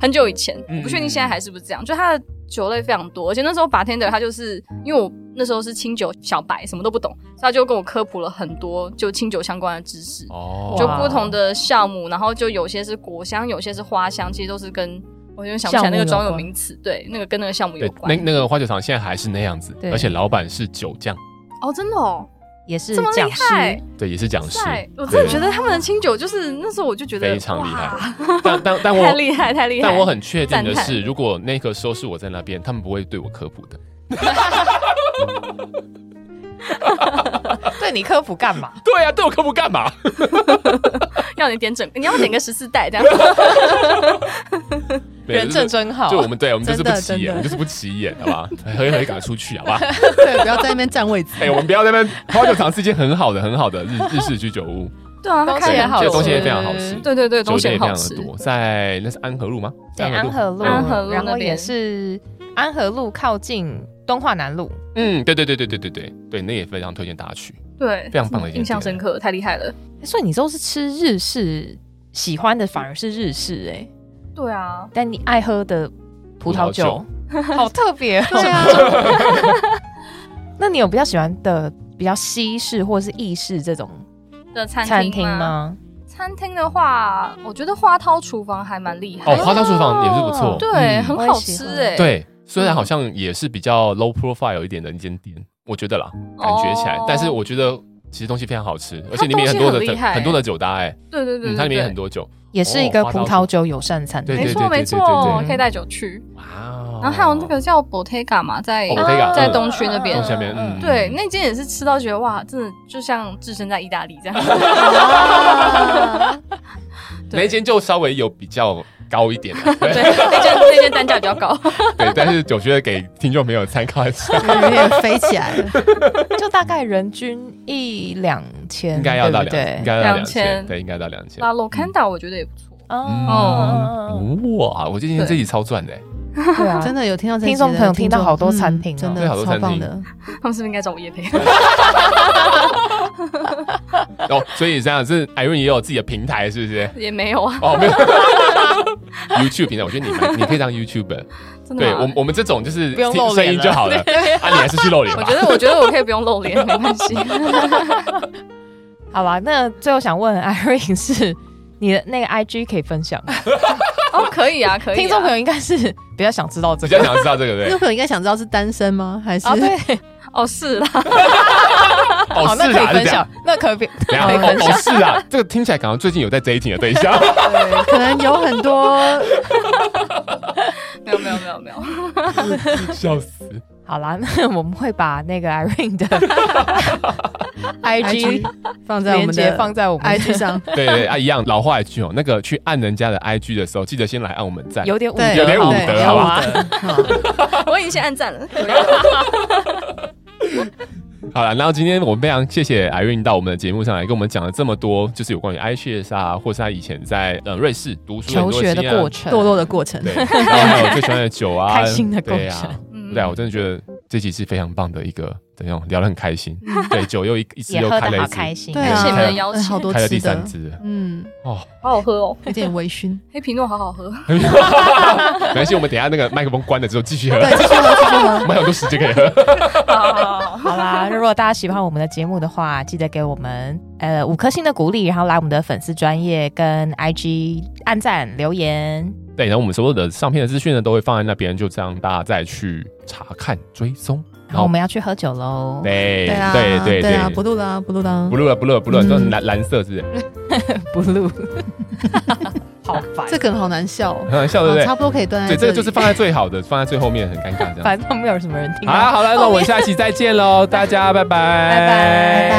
E: 很久以前，
C: 嗯
E: 我不确定现在还是不是这样。就它的酒类非常多，而且那时候 bartender 他就是因为我那时候是清酒小白，什么都不懂，所以他就跟我科普了很多就清酒相关的知识。
C: 哦
E: 就
B: 哇
E: 不同的酵母，然后就有些是果香，有些是花香，其实都是跟我有点想不
B: 酵
E: 起来
B: 母
E: 那个
B: 有
E: 专有
B: 关
E: 名词，对，那个跟那个酵母有
C: 对，那
E: 关。
C: 那个花酒厂现在还是那样子，
B: 对
C: 而且老板是酒匠，
E: 哦，真的哦，
B: 也是
E: 这么
B: 讲
E: 厉
B: 师，
E: 害！
C: 对，也是讲师，
E: 在，我真的
C: 对
E: 觉得他们的清酒就是那时候我就觉得
C: 非常厉害
E: 哇
C: 但但但我
E: 太厉害，太厉害！
C: 哦但我很确定的
E: 赞
C: 是，
E: 叹
C: 如果那个时候是我在那边，他们不会对我科普的。
B: 对你科普干嘛？
C: 对啊，对我科普干嘛？
E: 要你点整，你要点个十四代这 样。
C: 对
B: 人证真好
C: 就，是我们对，我们就是不
D: 真的
C: 起眼，
D: 真的
C: 我们就是不起眼，好吧？ 喝一喝，赶快出去，好 吧？
D: 对，不要在那边占位置。
C: 哎、我们不要在那边花酒厂是一间很好的、很好的日日式居酒屋，
E: 对啊，它
B: 东西
E: 开
B: 也
E: 很
B: 好
C: 这
E: 久
C: 个东西也
E: 了
C: 非常好吃，
E: 对对对，
C: 酒
E: 东西
C: 店也
E: 很
C: 非
E: 好
C: 常
E: 吃啊
C: 的。多，在那是安和路吗？
B: 对安和路，
E: 安和路
B: 然
E: 那
B: 后也
E: 边
B: 是安和路靠近敦化南路，
C: 嗯，对对对对对对对对，那也非常推荐大家去。
E: 对，
C: 非常棒的一间
E: 印象
C: 店
E: 深刻，太厉害了。
B: 所以你都是吃日式喜欢的反而是日式哎、
E: 对啊，
B: 但你爱喝的葡萄 酒，好特别、哦。
D: 对啊，
B: 那你有比较喜欢的比较西式或者是意式这种
E: 的餐
B: 餐
E: 厅
B: 厅
E: 吗？
B: 吗？
E: 餐厅的话，我觉得花涛厨房还蛮厉害
C: 哦，
E: 的，
C: 花椒厨房也是不错，
E: 哎对，
C: 嗯
E: 很
B: 我也
E: 好
B: 喜
E: 吃
B: 欢
E: 哎、，
C: 对，虽然好像也是比较 low profile 一点的一间店，我觉得啦，感觉起来
E: 哦，
C: 但是我觉得其实东西非常好吃，而
E: 它
C: 且里面有很多
E: 东西很厉害
C: 的很多的酒搭，哎，
E: 对对对
C: 嗯，
E: 对
C: 它里面有
E: 对
C: 很多酒，
B: 也是
C: 哦
B: 一个葡萄酒友善餐厅。
C: 对
E: 没错
C: 对对
E: 没
C: 对对
E: 错
C: 对，
E: 可以带酒去。
C: 哇哦，
E: 然后还有那个叫 Bottega 嘛，在
C: 哦 Bottega，
E: 啊在
C: 嗯
E: 东区那边
C: 东，区那边，嗯，
E: 对，那间也是吃到觉得哇，真的就像置身在意大利 这样。
C: 那一间就稍微有比较高一点啊，
E: 对，那间那间单价比 较高。
C: 对，但是我觉得给听众朋友参考一下，
D: 有点飞起
B: 啊
D: 来了。
B: 就大概人均一两千，
C: 应该要到
B: 对不对
C: 两，应该要到两
E: 两千
C: 千，对，应该要到两千。
E: La Locanda 我觉得也不错，
B: 哦，
C: 嗯，哇！我今天这集超赚的欸，
B: 对啊，
D: 真的有听到这一集
B: 听
D: 的
B: 众朋友听到好多餐厅哦
D: 嗯真
C: 对好
D: 的
C: 多
D: 超
C: 餐厅
D: 棒的。
E: 他们是不是应该找我叶培？
C: 哦，所以这样是 Irene 也有自己的平台，是不 是？
E: 也没有啊，
C: 哦，没有 YouTube 平台，我觉得你蛮你可以当 YouTuber。
E: 真的
C: 对
E: 吗。
C: 我我们这种就是
B: 不用
C: 听
B: 露
C: 声
B: 脸
C: 音就好了， 啊，你还是去露脸
E: 我
C: 吧
E: 觉。得，我觉得我可以不用露脸，没关系。
B: 好吧。那最后想问 Irene 是你的那个 IG 可以分享吗，
E: 哦，可以啊，可以啊。
B: 听众朋友应该是比较想知道这
C: 比较
B: 个
C: 想知道这个
D: 听
C: 对
D: 众，朋友应该想知道是单身吗？还是
B: 啊，对，
E: 哦，是啦，
C: 哦
B: 好，那
C: 是
B: 可以
C: 啊，是
B: 分
C: 这样
B: 享。，那可以分
C: 等一下
B: 可以
C: 哦
B: 分
C: 哦
B: 享。
C: 是啊，这个听起来感觉最近有在 dating 的对象，
D: 对可能有很多
E: 没有没有没有没有，
C: 笑死！
B: 好啦，那我们会把那个 Irene 的 IG
D: 放在我
B: 连
D: 们
B: 接
D: 的
B: 放在我们
D: IG 上，
C: 对对啊，一样老话一句哦，那个去按人家的 IG 的时候，记得先来按我们赞。
B: 有点武德，
D: 对
C: 有点武
D: 对
C: 德
D: 有
C: 好不好
D: 好
E: 我已经先按赞了。
C: 好了，然后今天我们非常谢谢 Irene 到我们的节目上来跟我们讲了这么多，就是有关于 iShares 啊，或是他以前在呃瑞士读书
B: 求学的
C: 很多经验啊
B: 过程，
D: 堕落的过程。
C: 对，然后还有最喜欢的酒啊，
B: 开心的过程
C: 对啊，
E: 嗯
C: 对啊，我真的觉得这集是非常棒的一个，怎样聊得很开心，对，酒又一一次
B: 嗯也
C: 又
B: 喝
C: 开了
B: 的
C: 一
B: 好
C: 次，
B: 开心，
D: 对
C: 谢
D: 啊，
C: 谢你们的
E: 邀
D: 哎好多
C: 开了
D: 吃
C: 第
D: 的
C: 三，支了
D: 嗯，
C: 哦，
E: 好好喝哦，
D: 有点微 醺。
E: 黑皮诺好好喝。
C: 没关系，我们等一下那个麦克风关了之后继续喝，
D: 对，继续喝，继续
C: 我
D: 喝。
C: 们还有很多时间可以喝。
E: 好好好好，
B: 好啦，如果大家喜欢我们的节目的话，记得给我们呃五颗星的鼓励，然后来我们的粉丝专业跟 IG 按赞留言。
C: 对，然后我们所有的上片的资讯呢，都会放在那边，就这样大家再去查看追踪。
B: 然后我们要去喝酒喽，
C: 对
D: 对啊，
C: 对对
D: 对啊，不录啦，不录啦
C: 不。录了，不录了，不录了，
D: 嗯
C: 都蓝蓝色是不是？
B: 不录，好烦
D: 这梗好难笑哦，
C: 很好笑对不
D: 哦差
C: 对？
D: 不多可以断在
C: 对，这
D: 里
C: 个就是放在最好的，放在最后面很尴尬 这样。
B: 反正没有什么人听
C: 好
B: 到。
C: 啦好了，那我们下期再见喽，大家拜拜，拜
D: 拜
C: 拜
D: 拜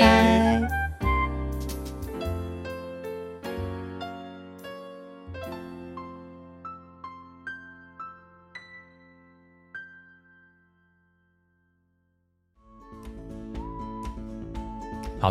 D: 拜
E: 拜
D: 拜。
C: 好，